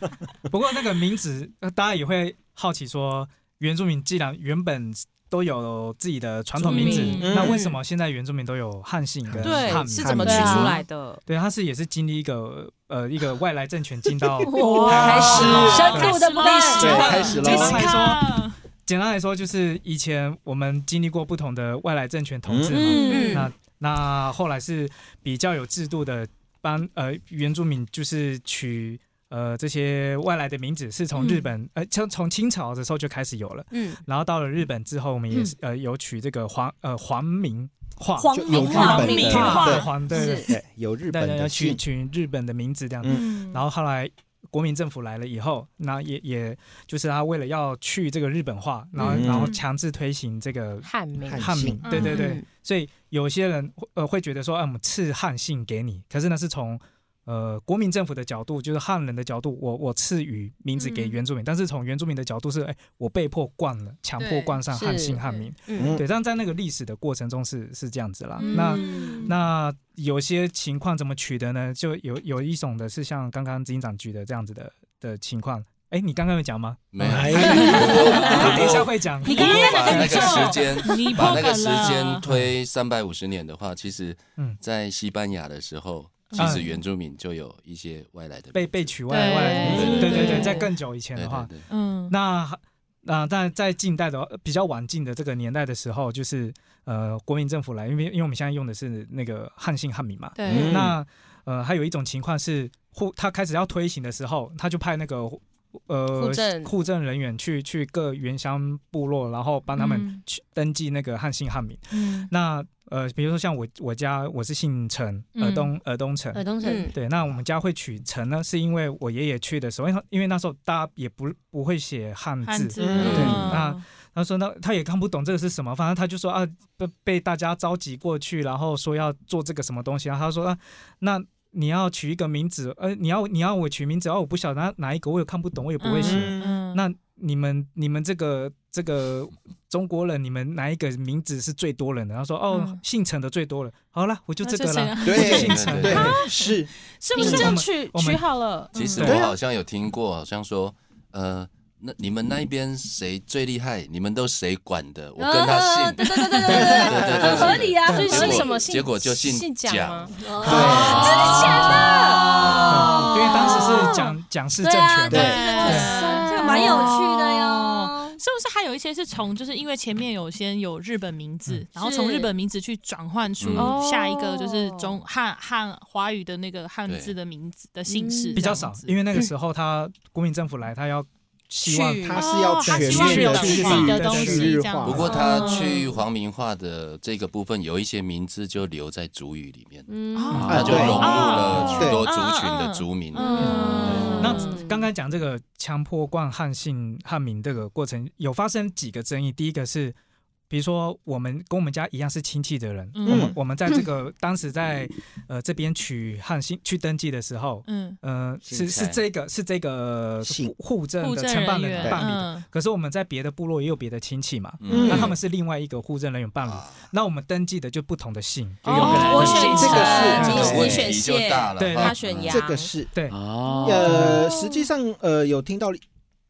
Speaker 5: 不过那个名字，呃大家也会好奇说，原住民既然原本都有自己的传统名字
Speaker 4: 族名，
Speaker 7: 嗯
Speaker 5: 那为什么现在原住民都有汉姓跟汉
Speaker 3: 嗯对，
Speaker 5: 名？
Speaker 3: 是怎么取出来的？
Speaker 5: 对，他是也是经历一个呃一个外来政权进
Speaker 3: <laughs>
Speaker 5: 到
Speaker 1: 哇，
Speaker 5: 开始
Speaker 1: 深度的部
Speaker 7: 对，
Speaker 1: 分，
Speaker 7: 开始喽
Speaker 5: 这。个
Speaker 4: 你
Speaker 5: 还
Speaker 4: 看，
Speaker 5: 简单来说，就是以前我们经历过不同的外来政权统治嘛，
Speaker 1: 嗯，
Speaker 5: 那那后来是比较有制度的帮呃原住民就是取呃这些外来的名字，是从日本、呃从从清朝的时候就开始有了，
Speaker 1: 嗯，
Speaker 5: 然后到了日本之后，我们也是、呃有取这个皇呃皇民化，
Speaker 1: 黄
Speaker 7: 就有
Speaker 1: 明
Speaker 7: 日
Speaker 1: 化，
Speaker 7: 本
Speaker 4: 明
Speaker 7: 的，
Speaker 4: 化
Speaker 5: 对
Speaker 7: 对
Speaker 5: 皇
Speaker 1: 是
Speaker 5: 对，
Speaker 7: 对，有日
Speaker 5: 大
Speaker 7: 本
Speaker 5: 家要
Speaker 7: 的
Speaker 5: 取取
Speaker 7: 姓，
Speaker 5: 日本的名字这样子，
Speaker 4: 嗯
Speaker 5: 然后后来。国民政府来了以后，那也也就是他为了要去这个日本化，然后、
Speaker 7: 嗯
Speaker 5: 然后强制推行这个
Speaker 3: 汉名
Speaker 7: 汉
Speaker 5: 汉
Speaker 7: 姓
Speaker 5: 名，对对对，
Speaker 3: 嗯
Speaker 5: 所以有些人呃会觉得说，啊，我们赐汉姓给你，可是呢是从呃国民政府的角度，就是汉人的角度，我我赐予名字给
Speaker 4: 嗯
Speaker 5: 原住民，但是从原住民的角度是，哎，我被迫冠了，强迫
Speaker 4: 对
Speaker 5: 冠上
Speaker 1: 是
Speaker 5: 汉姓汉名，
Speaker 7: 嗯
Speaker 5: 对，但在那个历史的过程中是是这样子啦，
Speaker 1: 嗯
Speaker 5: 那。
Speaker 1: 嗯
Speaker 5: 那有些情况怎么取得呢？就有有一种的是像刚刚执行长举的这样子的的情况。哎，你刚刚有讲吗？
Speaker 6: 没有，
Speaker 5: <laughs> 他等一下会讲。
Speaker 6: 如果把那个时间
Speaker 4: 你
Speaker 6: 把
Speaker 4: 破
Speaker 6: 那
Speaker 4: 梗
Speaker 6: 个时间
Speaker 4: 了。
Speaker 6: 推三百五十年的话，其实
Speaker 5: 嗯，
Speaker 6: 在西班牙的时候，其实原住民就有一些外来的
Speaker 5: 被被取外外来的名字，
Speaker 6: 对
Speaker 5: 对对对，
Speaker 6: 对
Speaker 5: 在更久以前
Speaker 6: 对
Speaker 5: 的话
Speaker 6: 对，对，
Speaker 4: 嗯，
Speaker 5: 那那在在近代的呃比较晚近的这个年代的时候，就是呃国民政府来，因为因为我们现在用的是那个汉姓汉民嘛，
Speaker 4: 对，
Speaker 5: 那呃还有一种情况是户他开始要推行的时候，他就派那个呃
Speaker 3: 户政
Speaker 5: 户政人员去去各原乡部落，然后帮他们
Speaker 4: 嗯
Speaker 5: 去登记那个汉姓汉民。
Speaker 4: 嗯，
Speaker 5: 那呃比如说像我我家我是姓陈，尔
Speaker 4: 嗯
Speaker 5: 东尔东陈，
Speaker 1: 尔东城，
Speaker 3: 嗯，
Speaker 5: 对，那我们家会取陈呢，是因为我爷爷去的时候，因为因为那时候大家也不不会写汉
Speaker 4: 汉
Speaker 5: 字，
Speaker 4: 字，
Speaker 7: 嗯
Speaker 5: 对
Speaker 4: 嗯
Speaker 5: 那他说那他也看不懂这个是什么，反正他就说啊被被大家召集过去，然后说要做这个什么东西，然后他说啊那你要取一个名字，呃你要你要我取名字，哦我不晓得哪哪一个，我也看不懂，我也不会写。
Speaker 7: 嗯
Speaker 4: 嗯
Speaker 5: 那你们你们这个这个中国人，你们哪一个名字是最多人的？他说哦、
Speaker 4: 嗯
Speaker 5: 姓陈的最多了，好了我就
Speaker 4: 那
Speaker 5: 这个
Speaker 4: 谁
Speaker 5: 了。
Speaker 4: 啊
Speaker 5: 对
Speaker 7: 对
Speaker 5: 姓陈
Speaker 6: 对
Speaker 7: 对是，
Speaker 4: 是不
Speaker 3: 你
Speaker 4: 是
Speaker 3: 是
Speaker 4: 这
Speaker 3: 这
Speaker 4: 样
Speaker 3: 样
Speaker 4: 取
Speaker 5: 我们
Speaker 3: 取好了，
Speaker 6: 其实
Speaker 5: 对
Speaker 6: 我
Speaker 5: 啊
Speaker 6: 好像有听过，好像说，呃，那你们那一边谁最厉害？你们都谁管的？我跟他
Speaker 1: 哦
Speaker 6: 姓，
Speaker 8: 对对对对对对，很合理啊，
Speaker 6: 但
Speaker 8: 所以
Speaker 6: 结
Speaker 8: 是
Speaker 6: 果
Speaker 8: 什么姓？
Speaker 6: 结果就姓
Speaker 3: 姓蒋
Speaker 6: 蒋
Speaker 3: 吗？
Speaker 8: 真的假的？
Speaker 5: 嗯因为当时
Speaker 1: 哦
Speaker 5: 是蒋蒋氏政
Speaker 8: 对啊，
Speaker 5: 权
Speaker 8: 对
Speaker 5: 嘛，
Speaker 8: 对对，这个蛮有趣的哟。
Speaker 4: 是不是还有一些是从就是因为前面有先有日本名字，
Speaker 5: 嗯
Speaker 4: 然后
Speaker 8: 是
Speaker 4: 从日本名字去转换出
Speaker 6: 嗯
Speaker 4: 下一个就是中汉汉华语的那个汉字的名字的姓氏这样子，
Speaker 5: 嗯比较少，因为那
Speaker 4: 嗯
Speaker 5: 个时候他国民政府来，他要希望
Speaker 3: 去
Speaker 7: 他是要
Speaker 4: 哦他
Speaker 7: 全
Speaker 4: 希
Speaker 5: 望
Speaker 7: 面
Speaker 5: 有
Speaker 7: 的
Speaker 5: 自
Speaker 7: 去
Speaker 5: 己的
Speaker 7: 去
Speaker 5: 东西
Speaker 7: 日
Speaker 4: 这样
Speaker 7: 化
Speaker 6: 不过
Speaker 4: 哦
Speaker 6: 他去皇民化的这个部分，有一些名字就留在族语里面，
Speaker 3: 嗯
Speaker 4: 哦
Speaker 5: 啊
Speaker 6: 他就融入了许多
Speaker 4: 对
Speaker 6: 族群的族名。
Speaker 4: 嗯，
Speaker 5: 那刚刚讲这个强迫灌汉姓汉民这个过程，有发生几个争议。第一个是，比如说我们跟我们家一样是亲戚的人，
Speaker 4: 嗯
Speaker 5: 我们我们在这
Speaker 4: <laughs>
Speaker 5: 个当时在呃这边取汉姓去登记的时候，
Speaker 4: 嗯，
Speaker 5: 呃
Speaker 6: 姓
Speaker 5: 是
Speaker 6: 蔡
Speaker 5: 是这个是这个
Speaker 7: 姓
Speaker 5: 户户政
Speaker 4: 户
Speaker 5: 的
Speaker 4: 政
Speaker 5: 承办
Speaker 4: 人
Speaker 5: 人
Speaker 4: 员
Speaker 5: 办理的。
Speaker 4: 嗯
Speaker 5: 可是我们在别的部落也有别的亲戚嘛，
Speaker 6: 嗯
Speaker 5: 那他们是另外一个户政人员办理，
Speaker 7: 啊
Speaker 5: 那我们登记的就不同的姓。
Speaker 2: 就
Speaker 7: 哦
Speaker 2: 有可能
Speaker 3: 我
Speaker 2: 是
Speaker 3: 选
Speaker 7: 这个是
Speaker 3: 陈
Speaker 6: 这个
Speaker 3: 你
Speaker 6: 问
Speaker 3: 选
Speaker 6: 题就
Speaker 3: 谢，
Speaker 6: 大了。
Speaker 5: 对
Speaker 6: 哈
Speaker 3: 他选羊，
Speaker 7: 这个是
Speaker 5: 对，
Speaker 2: 哦，
Speaker 7: 呃，实际上呃有听到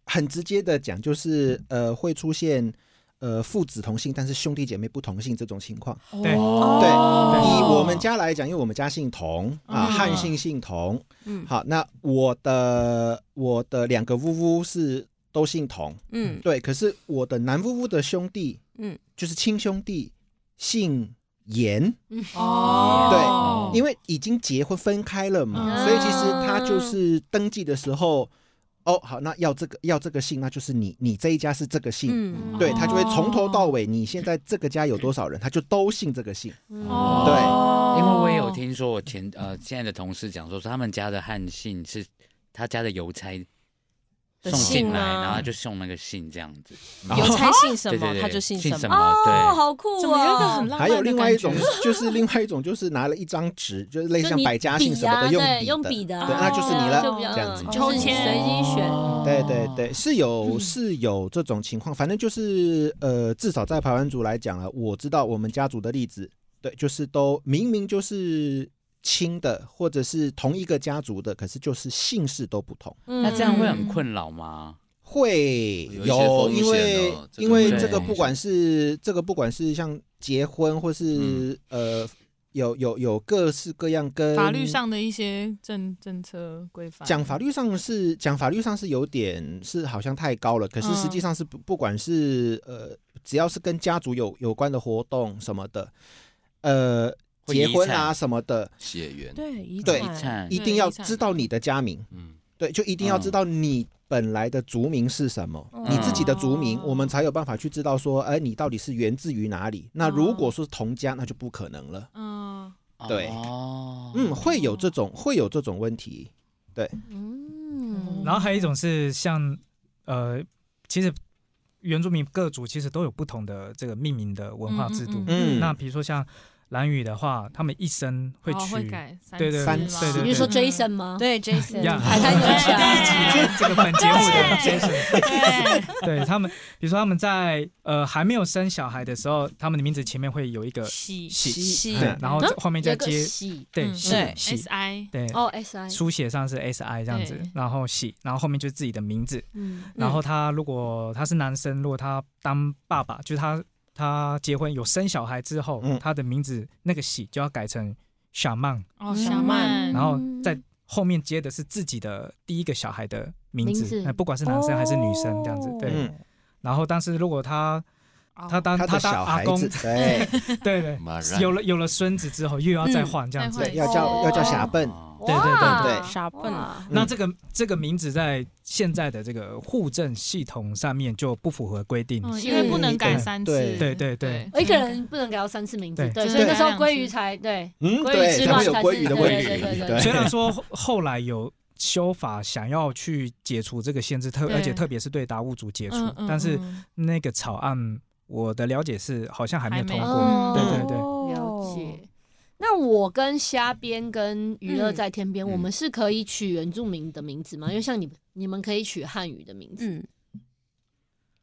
Speaker 7: 很直接的讲，就是呃会出现呃父子同姓，但是兄弟姐妹不同姓这种情况。
Speaker 5: 对
Speaker 7: 对，以
Speaker 4: 哦
Speaker 7: 我们家来讲，因为我们家姓童啊，
Speaker 4: 嗯
Speaker 7: 汉姓姓童。
Speaker 8: 嗯
Speaker 7: 好，那我的我的两个呜呜是都姓童，
Speaker 8: 嗯
Speaker 7: 对，可是我的男呜呜的兄弟，
Speaker 8: 嗯
Speaker 7: 嗯，就是亲兄弟姓严，
Speaker 4: 哦，
Speaker 7: 因为已经结婚分开了嘛，
Speaker 4: 嗯
Speaker 7: 所以其实他就是登记的时候，哦，好，那要这个要这个姓，那就是你你这一家是这个姓。
Speaker 8: 嗯
Speaker 7: 对他就会从头到
Speaker 4: 尾，
Speaker 7: 尾，你现在这个家有多少人，他就都姓这个姓。对
Speaker 4: 对
Speaker 2: 因为我也有听说我前呃现在的同事讲说，说他们家的汉姓是他家的邮差
Speaker 3: 的
Speaker 2: 送
Speaker 3: 姓
Speaker 2: 进来，
Speaker 3: 吗
Speaker 2: 然后他就送那个姓这样子，
Speaker 3: 邮差姓什
Speaker 2: 对对
Speaker 3: 么
Speaker 2: 对，
Speaker 3: 他就姓
Speaker 2: 什
Speaker 3: 什
Speaker 2: 么
Speaker 3: 么，，
Speaker 8: 哦，
Speaker 2: 对。
Speaker 8: 好酷
Speaker 4: 怎么有一个
Speaker 8: 哦
Speaker 4: 很！浪漫的感觉？
Speaker 7: 还有另外一种就是另外一种就是拿了一张纸，就是类似像百家姓什么的
Speaker 1: 对，用
Speaker 7: 用
Speaker 1: 笔
Speaker 7: 的，
Speaker 1: 的，
Speaker 7: 对，那就是你
Speaker 1: 就
Speaker 7: 了。
Speaker 1: 比较
Speaker 7: 这样子
Speaker 4: 哦
Speaker 1: 就是你随机选。
Speaker 5: 哦
Speaker 7: 对对对，是
Speaker 4: 嗯
Speaker 7: 有是有这种情况，反正就是呃，至少在排湾族来讲啊，我知道我们家族的例子，对，就是都明明就是亲的，或者是同一个家族的，可是就是姓氏都不同。
Speaker 2: 那
Speaker 1: 那
Speaker 2: 这样会
Speaker 3: 嗯
Speaker 2: 很困扰吗？
Speaker 7: 会
Speaker 6: 有一些风险
Speaker 7: 因为
Speaker 6: 哦这个
Speaker 7: 因为
Speaker 2: 对
Speaker 7: 这个不管是这个不管是像结婚或
Speaker 6: 嗯
Speaker 7: 是呃有有有各式各样跟
Speaker 4: 法律上的一些政政策规范，
Speaker 7: 讲法律上是讲法律上是有点是好像太高了，可是
Speaker 4: 嗯
Speaker 7: 实际上是不不管是呃只要是跟家族有有关的活动什么的，呃
Speaker 2: 会遗
Speaker 7: 结婚
Speaker 2: 产
Speaker 7: 啊什么的，
Speaker 6: 血缘，
Speaker 3: 对遗
Speaker 7: 对
Speaker 2: 遗产
Speaker 7: 一
Speaker 4: 对
Speaker 7: 定要
Speaker 4: 遗产
Speaker 7: 知道你的家名。
Speaker 6: 嗯，
Speaker 7: 对，就一定要知道
Speaker 5: 嗯
Speaker 7: 你本来的族名是什么，
Speaker 3: 嗯
Speaker 7: 你自己的族名
Speaker 4: 哦，
Speaker 7: 我们才有办法去知道说，哎、你到底是源自于哪里。那如果说是同家，那就不可能了。
Speaker 4: 嗯，
Speaker 7: 对
Speaker 2: 哦，
Speaker 7: 嗯，会有这种会有这种问题。
Speaker 1: 嗯，
Speaker 5: 然后还有一种是像呃，其实原住民各族其实都有不同的这个命名的文化制度。
Speaker 7: 嗯，
Speaker 5: 那比如说像兰语的话，他们一生会
Speaker 4: 哦
Speaker 5: 取、
Speaker 4: 会改三
Speaker 5: 对
Speaker 4: 次
Speaker 5: 对
Speaker 4: 吗
Speaker 7: 对对对
Speaker 1: 你是说 Jason 吗？
Speaker 3: 对 Jason，
Speaker 1: <laughs>
Speaker 5: 呀
Speaker 1: 海滩有
Speaker 4: 对
Speaker 1: 奖，
Speaker 5: 这个本节目的
Speaker 4: 对
Speaker 5: Jason，
Speaker 4: 对，
Speaker 5: 对他们，比如说他们在呃还没有生小孩的时候，他们的名字前面会有一个
Speaker 4: 喜
Speaker 5: 呃喜，
Speaker 3: 喜
Speaker 5: 对，然后
Speaker 1: 嗯
Speaker 5: 后面
Speaker 1: 有
Speaker 5: 再
Speaker 1: 个
Speaker 5: 接
Speaker 1: 喜
Speaker 5: 对
Speaker 4: 嗯
Speaker 5: 喜
Speaker 3: 对
Speaker 5: 喜
Speaker 4: S I，
Speaker 5: 对，
Speaker 1: 哦，S I，
Speaker 5: 书写上是 S I 这样子
Speaker 4: 对，
Speaker 5: 然后喜，然后后面就是自己的名字，
Speaker 1: 嗯，
Speaker 5: 然
Speaker 3: 哦
Speaker 5: 后他如果他是男生，如果他当爸爸，就是他他结婚有生小孩之后，
Speaker 7: 嗯
Speaker 5: 他的名字那个喜就要改成小曼，
Speaker 4: 哦，
Speaker 1: 嗯
Speaker 4: 小曼，
Speaker 5: 然后在后面接的是自己的第一个小孩的名
Speaker 1: 名
Speaker 5: 字
Speaker 1: 字，
Speaker 5: 呃不管是男生还是女生这样子
Speaker 3: 哦，
Speaker 5: 对。
Speaker 7: 嗯，
Speaker 5: 然后但是如果他
Speaker 4: 哦
Speaker 5: 他当
Speaker 7: 他
Speaker 5: 他
Speaker 7: 的
Speaker 5: 当
Speaker 7: 小
Speaker 5: 阿
Speaker 7: 孩
Speaker 5: 公
Speaker 7: 子，，对
Speaker 5: 对
Speaker 7: <laughs>
Speaker 5: 对，
Speaker 6: 马
Speaker 5: 有了有了孙子之后又要再换这样子
Speaker 4: 再，
Speaker 7: 对，要叫要叫霞笨，
Speaker 5: 对对对
Speaker 7: 对
Speaker 3: 傻笨
Speaker 1: 啊，
Speaker 5: 那这个这个名字在现在的这个户政系统上面就不符合规定，
Speaker 4: 嗯，因为不能改三次，哎
Speaker 5: 对
Speaker 7: 对
Speaker 5: 对对
Speaker 1: 我一个人不能给到三次名字，
Speaker 5: 对
Speaker 1: 对，
Speaker 4: 对
Speaker 1: 所以那时候
Speaker 4: 对
Speaker 1: 鲑鱼才对，
Speaker 7: 嗯，
Speaker 1: 鲑鱼
Speaker 7: 对，
Speaker 1: 之
Speaker 7: 才
Speaker 1: 乱
Speaker 7: 会有
Speaker 1: 才
Speaker 7: 鲑
Speaker 1: 是
Speaker 7: 鱼的
Speaker 1: 对
Speaker 7: 问
Speaker 1: 对对
Speaker 7: 题，
Speaker 1: 对
Speaker 5: 虽
Speaker 7: 对，
Speaker 5: 然说后后来有修法想要去解除这个限制，特
Speaker 4: 对
Speaker 5: 而且特别是对达悟族解除
Speaker 4: 嗯，嗯
Speaker 5: 但是
Speaker 4: 嗯
Speaker 5: 那个草案我的了解是好像还没有通
Speaker 4: 还没
Speaker 5: 过。
Speaker 1: 哦
Speaker 5: 对对对
Speaker 1: 了解。那我跟虾边跟娱乐在天边，
Speaker 6: 嗯
Speaker 1: 我们是可以取原住民的名字吗？因为像你们，你们可以取汉语的名字。
Speaker 8: 嗯，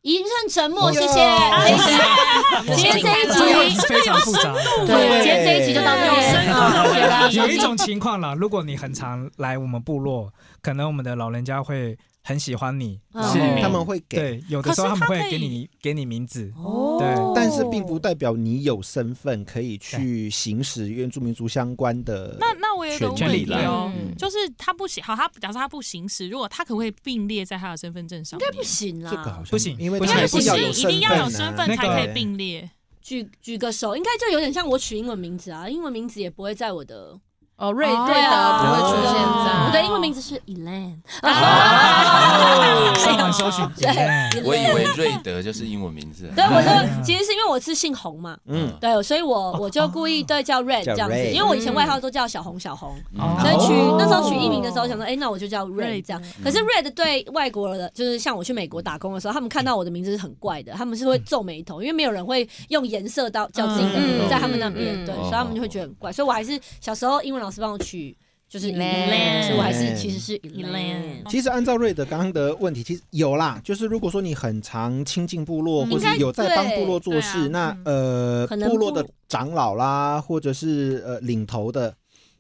Speaker 1: 一阵沉默，谢谢。
Speaker 7: 哎
Speaker 1: 谢
Speaker 5: 啊
Speaker 1: 谢今天这一集，
Speaker 5: 非常复杂，
Speaker 1: 对，今天这一集就到这边。好谢谢大家收
Speaker 5: 有
Speaker 1: 听
Speaker 5: 一种情况啦，如果你很常来我们部落，可能我们的老人家会很喜欢你，
Speaker 1: 嗯
Speaker 5: 然后
Speaker 2: 是嗯
Speaker 7: 哦他们会给，
Speaker 5: 对有的时候
Speaker 4: 可是
Speaker 5: 他
Speaker 4: 他
Speaker 5: 们会
Speaker 4: 可以
Speaker 5: 给你给你名字，
Speaker 1: 哦
Speaker 5: 对
Speaker 7: 但是并不代表你有身份可以去行使原住民族相关的。
Speaker 4: 那那我有一个
Speaker 7: 权
Speaker 4: 问
Speaker 5: 利
Speaker 4: 题
Speaker 5: 啦
Speaker 4: 哦，
Speaker 6: 嗯
Speaker 4: 就是他不行，好，他假设他不行使，如果他可不可以并列在他的身份证上面？
Speaker 1: 应该不行啦。
Speaker 7: 这个好像
Speaker 5: 不行
Speaker 7: 因为
Speaker 5: 不
Speaker 4: 因
Speaker 5: 行
Speaker 7: 还
Speaker 4: 为
Speaker 7: 是
Speaker 4: 不
Speaker 7: 要
Speaker 4: 行，
Speaker 7: 有
Speaker 4: 一定要有身
Speaker 7: 身啊
Speaker 4: 份
Speaker 5: 那
Speaker 4: 才
Speaker 5: 个
Speaker 4: 可以并列。
Speaker 1: 举举个手，应该就有点像我取英文名字啊，英文名字也不会在我的
Speaker 3: 哦，瑞瑞德不
Speaker 4: 对啊
Speaker 3: 会出现
Speaker 1: 我
Speaker 3: 在
Speaker 1: 的英文名字是 Elan，哦 <laughs>
Speaker 5: 上网搜寻，
Speaker 1: 对
Speaker 5: 哎
Speaker 6: 我以为瑞德就是英文名字。啊
Speaker 1: 对，我说其实是因为我是姓洪嘛，
Speaker 7: 嗯，
Speaker 1: 对，所以我我就故意对叫 Red
Speaker 7: 叫
Speaker 1: 这样子，
Speaker 7: Red
Speaker 1: 因为我以前外号都叫小红小红，
Speaker 2: 嗯
Speaker 1: 所以取
Speaker 5: 哦
Speaker 1: 那时候取艺名的时候想说，哎，那我就叫 Red 这样。
Speaker 4: Red
Speaker 1: 可是 Red 对外国的，就是像我去美国打工的时候，他们看到我的名字是很怪的，他们是会皱眉头，因为没有人会用颜色到叫自己的名字，
Speaker 6: 嗯
Speaker 1: 在他们那边，
Speaker 3: 嗯
Speaker 1: 对，
Speaker 6: 哦
Speaker 1: 所以他们就会觉得很怪。所以我还是小时候英文老师帮我取。就是
Speaker 3: Elan
Speaker 1: Elan，所以我还是
Speaker 7: Elan
Speaker 1: 其实是
Speaker 4: Elan
Speaker 1: Elan。
Speaker 7: 其实按照瑞德刚刚的问题，其实有啦，就是如果说你很常亲近部落，
Speaker 1: 嗯
Speaker 7: 或是有在帮部落做
Speaker 1: 啊
Speaker 7: 事，
Speaker 4: 应该
Speaker 7: 那
Speaker 4: 对
Speaker 7: 呃，
Speaker 1: 可能
Speaker 7: 部落的长老啦，或者是呃领头的，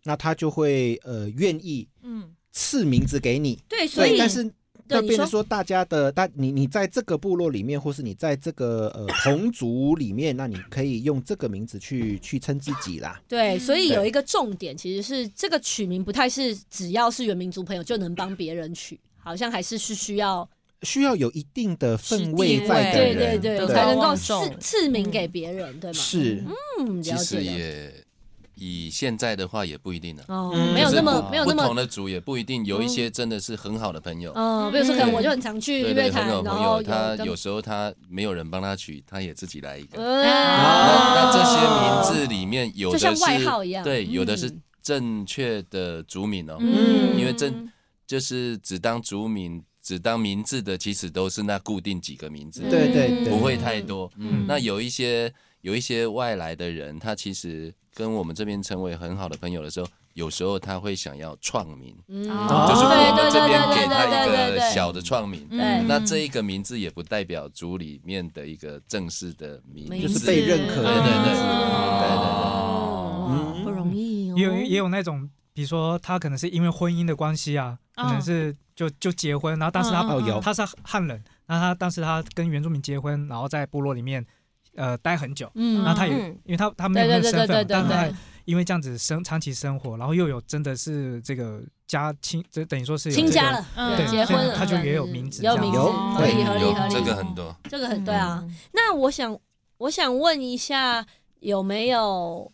Speaker 7: 那他就会呃愿意
Speaker 4: 嗯，
Speaker 7: 赐名字给你。
Speaker 1: 对，所
Speaker 7: 对，
Speaker 1: 以
Speaker 7: 但是
Speaker 1: 对
Speaker 7: 那
Speaker 1: 你
Speaker 7: 变成
Speaker 1: 说
Speaker 7: 说大家的大你你在这个部落里面，或是你在这个呃同族里面，那你可以用这个名字去去称自己啦。
Speaker 1: 对，
Speaker 4: 嗯
Speaker 1: 所以
Speaker 7: 对
Speaker 1: 有一个重点，其实是这个取名不太是只要是原民族朋友就能帮别人取，好像还是是需要
Speaker 7: 需要有一定的
Speaker 4: 是
Speaker 7: 氛
Speaker 4: 地
Speaker 7: 围
Speaker 4: 位
Speaker 7: 在的
Speaker 1: 对
Speaker 7: 人，
Speaker 1: 对对
Speaker 3: 对
Speaker 1: 才能够
Speaker 3: 望
Speaker 1: 赐
Speaker 3: 重
Speaker 1: 赐名给别人，对吗？
Speaker 7: 是。
Speaker 1: 嗯，
Speaker 6: 其
Speaker 1: 了
Speaker 6: 实
Speaker 1: 解了。
Speaker 6: 也以现在的话也不一定啊，
Speaker 1: 哦，
Speaker 7: 嗯
Speaker 1: 没有
Speaker 6: 就
Speaker 1: 那
Speaker 6: 是
Speaker 1: 么
Speaker 6: 不
Speaker 1: 没有
Speaker 6: 不
Speaker 1: 那
Speaker 6: 同
Speaker 1: 么，
Speaker 6: 的组也不一定，有一些真的是很好的朋友，
Speaker 1: 嗯，比如说可能我就很常去
Speaker 6: 对
Speaker 1: 乐
Speaker 6: 对，
Speaker 1: 坛
Speaker 6: 很好，的
Speaker 1: 然
Speaker 6: 朋
Speaker 1: 后
Speaker 6: 友，他有
Speaker 1: 跟
Speaker 6: 时候他没有人帮他取，他也自己来一个。
Speaker 1: 呃，
Speaker 6: 那这些名字里面有
Speaker 1: 哦就
Speaker 6: 的
Speaker 1: 像
Speaker 6: 是
Speaker 1: 外号一样
Speaker 6: 对，有的是
Speaker 1: 嗯
Speaker 6: 正确的族名哦，
Speaker 1: 嗯
Speaker 6: 因为正就是只当族名、只当名字的，其实都是那固定几个名字，
Speaker 7: 对对对
Speaker 6: 不会太多。
Speaker 2: 嗯
Speaker 6: 那有一些有一些外来的人，他其实跟我们这边成为很好的朋友的时候，有时候他会想要创名，
Speaker 1: 嗯
Speaker 4: 哦
Speaker 6: 啊就是
Speaker 1: 对
Speaker 6: 我
Speaker 1: 对
Speaker 6: 们这
Speaker 1: 对
Speaker 6: 边
Speaker 1: 对
Speaker 6: 给他
Speaker 1: 对
Speaker 6: 一
Speaker 1: 对对
Speaker 6: 个
Speaker 1: 对
Speaker 6: 小的创名。
Speaker 1: 对
Speaker 6: 那这一个名字也不代表族里面的一个正式的名字，
Speaker 7: 就是被认可的
Speaker 6: 对对
Speaker 7: 名
Speaker 6: 对
Speaker 7: 字
Speaker 1: 哦哇
Speaker 6: 嗯
Speaker 1: 不容易哦，
Speaker 5: 也有也有那种，比如说他可能是因为婚姻的关系啊，可能是就就结婚，然后但是他
Speaker 4: 嗯嗯嗯
Speaker 7: 有
Speaker 5: 他是汉人，那他但是他跟原住民结婚，然后在部落里面呃待很久，
Speaker 1: 嗯
Speaker 5: 然后他也
Speaker 3: 嗯
Speaker 5: 因为他他没
Speaker 1: 对
Speaker 5: 有那
Speaker 1: 对对
Speaker 5: 个身
Speaker 1: 对对
Speaker 5: 份，
Speaker 1: 对
Speaker 5: 但他
Speaker 1: 对，
Speaker 5: 因为这样子生长期生活，然后又有真的是这个家亲，这等于说是有
Speaker 1: 亲
Speaker 5: 这个
Speaker 1: 家了，
Speaker 4: 嗯
Speaker 5: 对
Speaker 1: 结婚了，
Speaker 5: 他就也有名字
Speaker 1: 有
Speaker 5: 这样
Speaker 1: 名
Speaker 7: 子
Speaker 1: 字，
Speaker 7: 有
Speaker 1: 合理合理
Speaker 6: 有
Speaker 1: 合理，
Speaker 6: 这个很多，
Speaker 1: 这个很对啊。，
Speaker 4: 嗯
Speaker 1: 那我想，我想问一下，有没有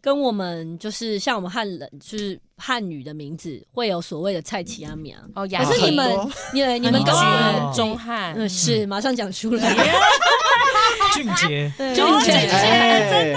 Speaker 1: 跟我们就是像我们汉人，就是汉语的名字会有所谓的蔡奇阿米啊？
Speaker 3: 哦，雅
Speaker 1: 可是
Speaker 3: 琪
Speaker 1: 你们
Speaker 7: 很多，
Speaker 1: 你们你们都
Speaker 5: 哦
Speaker 3: 中汉，
Speaker 1: 嗯是马上讲出来，
Speaker 5: 俊杰，
Speaker 1: 就
Speaker 3: 哦
Speaker 1: 是
Speaker 7: 哎，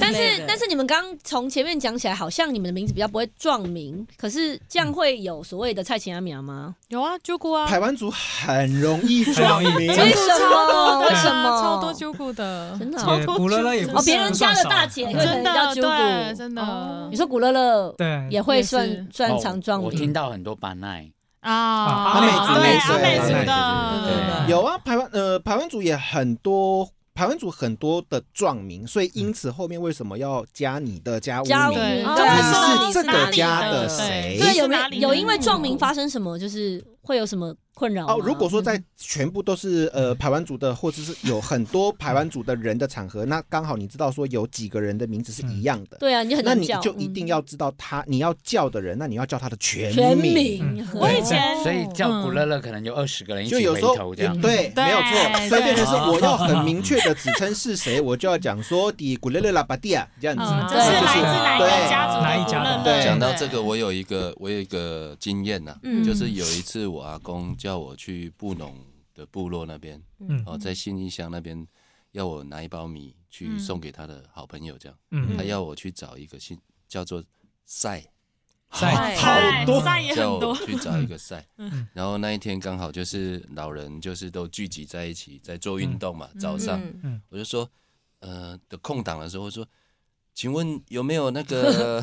Speaker 1: 但
Speaker 3: 之类
Speaker 1: 是
Speaker 3: 的
Speaker 1: 但是你们刚从前面讲起来，好像你们的名字比较不会撞名，可是这样会有所谓的蔡奇阿米啊吗？
Speaker 4: 有啊，揪过啊，
Speaker 7: 台湾族很容易撞名，
Speaker 5: 很
Speaker 1: 为什么？哦为
Speaker 4: 对
Speaker 1: 什
Speaker 4: 啊
Speaker 1: 么？
Speaker 4: 超多揪过的，
Speaker 1: 真的哦
Speaker 5: 也古乐乐也不
Speaker 1: 哦，
Speaker 5: 是
Speaker 1: 别人
Speaker 5: 不
Speaker 1: 家
Speaker 5: 算
Speaker 1: 的
Speaker 5: 少
Speaker 1: 大姐
Speaker 5: 对
Speaker 1: 有可能
Speaker 4: 真
Speaker 1: 叫
Speaker 4: 的
Speaker 1: 揪
Speaker 4: 对，
Speaker 1: 骨，
Speaker 4: 真的
Speaker 1: 哦你说古乐乐
Speaker 5: 对
Speaker 1: 也会
Speaker 4: 也是
Speaker 1: 算算常撞
Speaker 2: 我
Speaker 1: 名
Speaker 2: 听。到很多巴奈，
Speaker 4: 啊，
Speaker 5: 阿
Speaker 7: 美
Speaker 4: 阿美
Speaker 7: 族对
Speaker 4: 阿美
Speaker 7: 阿
Speaker 4: 族
Speaker 7: 美
Speaker 4: 的，
Speaker 2: 族对对对
Speaker 7: 有啊，台湾呃，台湾族也很多，台湾族很多的壮名，所以因此后面为什么要加你的加污
Speaker 1: 加
Speaker 7: 名？
Speaker 4: 对，
Speaker 1: 哦
Speaker 4: 对
Speaker 1: 你
Speaker 4: 说
Speaker 7: 是这个
Speaker 4: 哪里
Speaker 7: 家的
Speaker 4: 的
Speaker 7: 谁
Speaker 1: 对，有
Speaker 4: 是
Speaker 1: 没
Speaker 4: 哪里
Speaker 1: 有
Speaker 4: 的
Speaker 1: 因为撞名发生什么，就是会有什么困扰吗
Speaker 7: 哦，如果说在全部都是呃台湾族的，或者是有很多台湾族的人的场合，那刚好你知道说有几个人的名字是一样的，
Speaker 1: 对啊，你很
Speaker 7: 那
Speaker 1: 难
Speaker 7: 你
Speaker 1: 叫，
Speaker 7: 就一定
Speaker 1: 嗯
Speaker 7: 要知道他你要叫的人，那你要叫他的全
Speaker 1: 全
Speaker 7: 名。
Speaker 1: 名。
Speaker 5: 嗯
Speaker 4: 我以
Speaker 5: 对
Speaker 4: 前
Speaker 2: 所以叫
Speaker 4: 嗯
Speaker 2: 古乐乐可能有二十个人一
Speaker 7: 就
Speaker 2: 起
Speaker 7: 有
Speaker 2: 回
Speaker 7: 时候
Speaker 2: 头这样。
Speaker 7: 对，
Speaker 4: 对
Speaker 7: 没有错，
Speaker 4: 对
Speaker 7: 所以变成是我要很明确的指称是谁，我就要讲说底古勒勒拉巴蒂亚这样子，
Speaker 4: 嗯，
Speaker 5: 嗯
Speaker 4: 这是来自哪一个
Speaker 7: 对
Speaker 4: 家族的
Speaker 5: 哪一家的
Speaker 4: 古乐乐
Speaker 7: 对
Speaker 6: 讲到这个，我有一个我有一个经验
Speaker 1: 嗯
Speaker 6: 呐、就是有一次我阿公叫我去布农的部落那边，
Speaker 5: 嗯
Speaker 6: 哦，在信义乡那边，要我拿一包米
Speaker 1: 嗯
Speaker 6: 去送给他的好朋友，这样，
Speaker 5: 嗯
Speaker 6: 他要我去找一个姓叫做赛，
Speaker 5: 在
Speaker 7: 好多
Speaker 4: 菜哎也很
Speaker 6: 叫我
Speaker 4: 多，
Speaker 6: 去找一个赛
Speaker 5: 嗯。
Speaker 6: 然后那一天刚好就是老人就是都聚集在一起在做运动嘛，早上
Speaker 3: 嗯
Speaker 6: 我就说，呃的空档的时候我说，请问有没有那
Speaker 7: <laughs>
Speaker 6: 个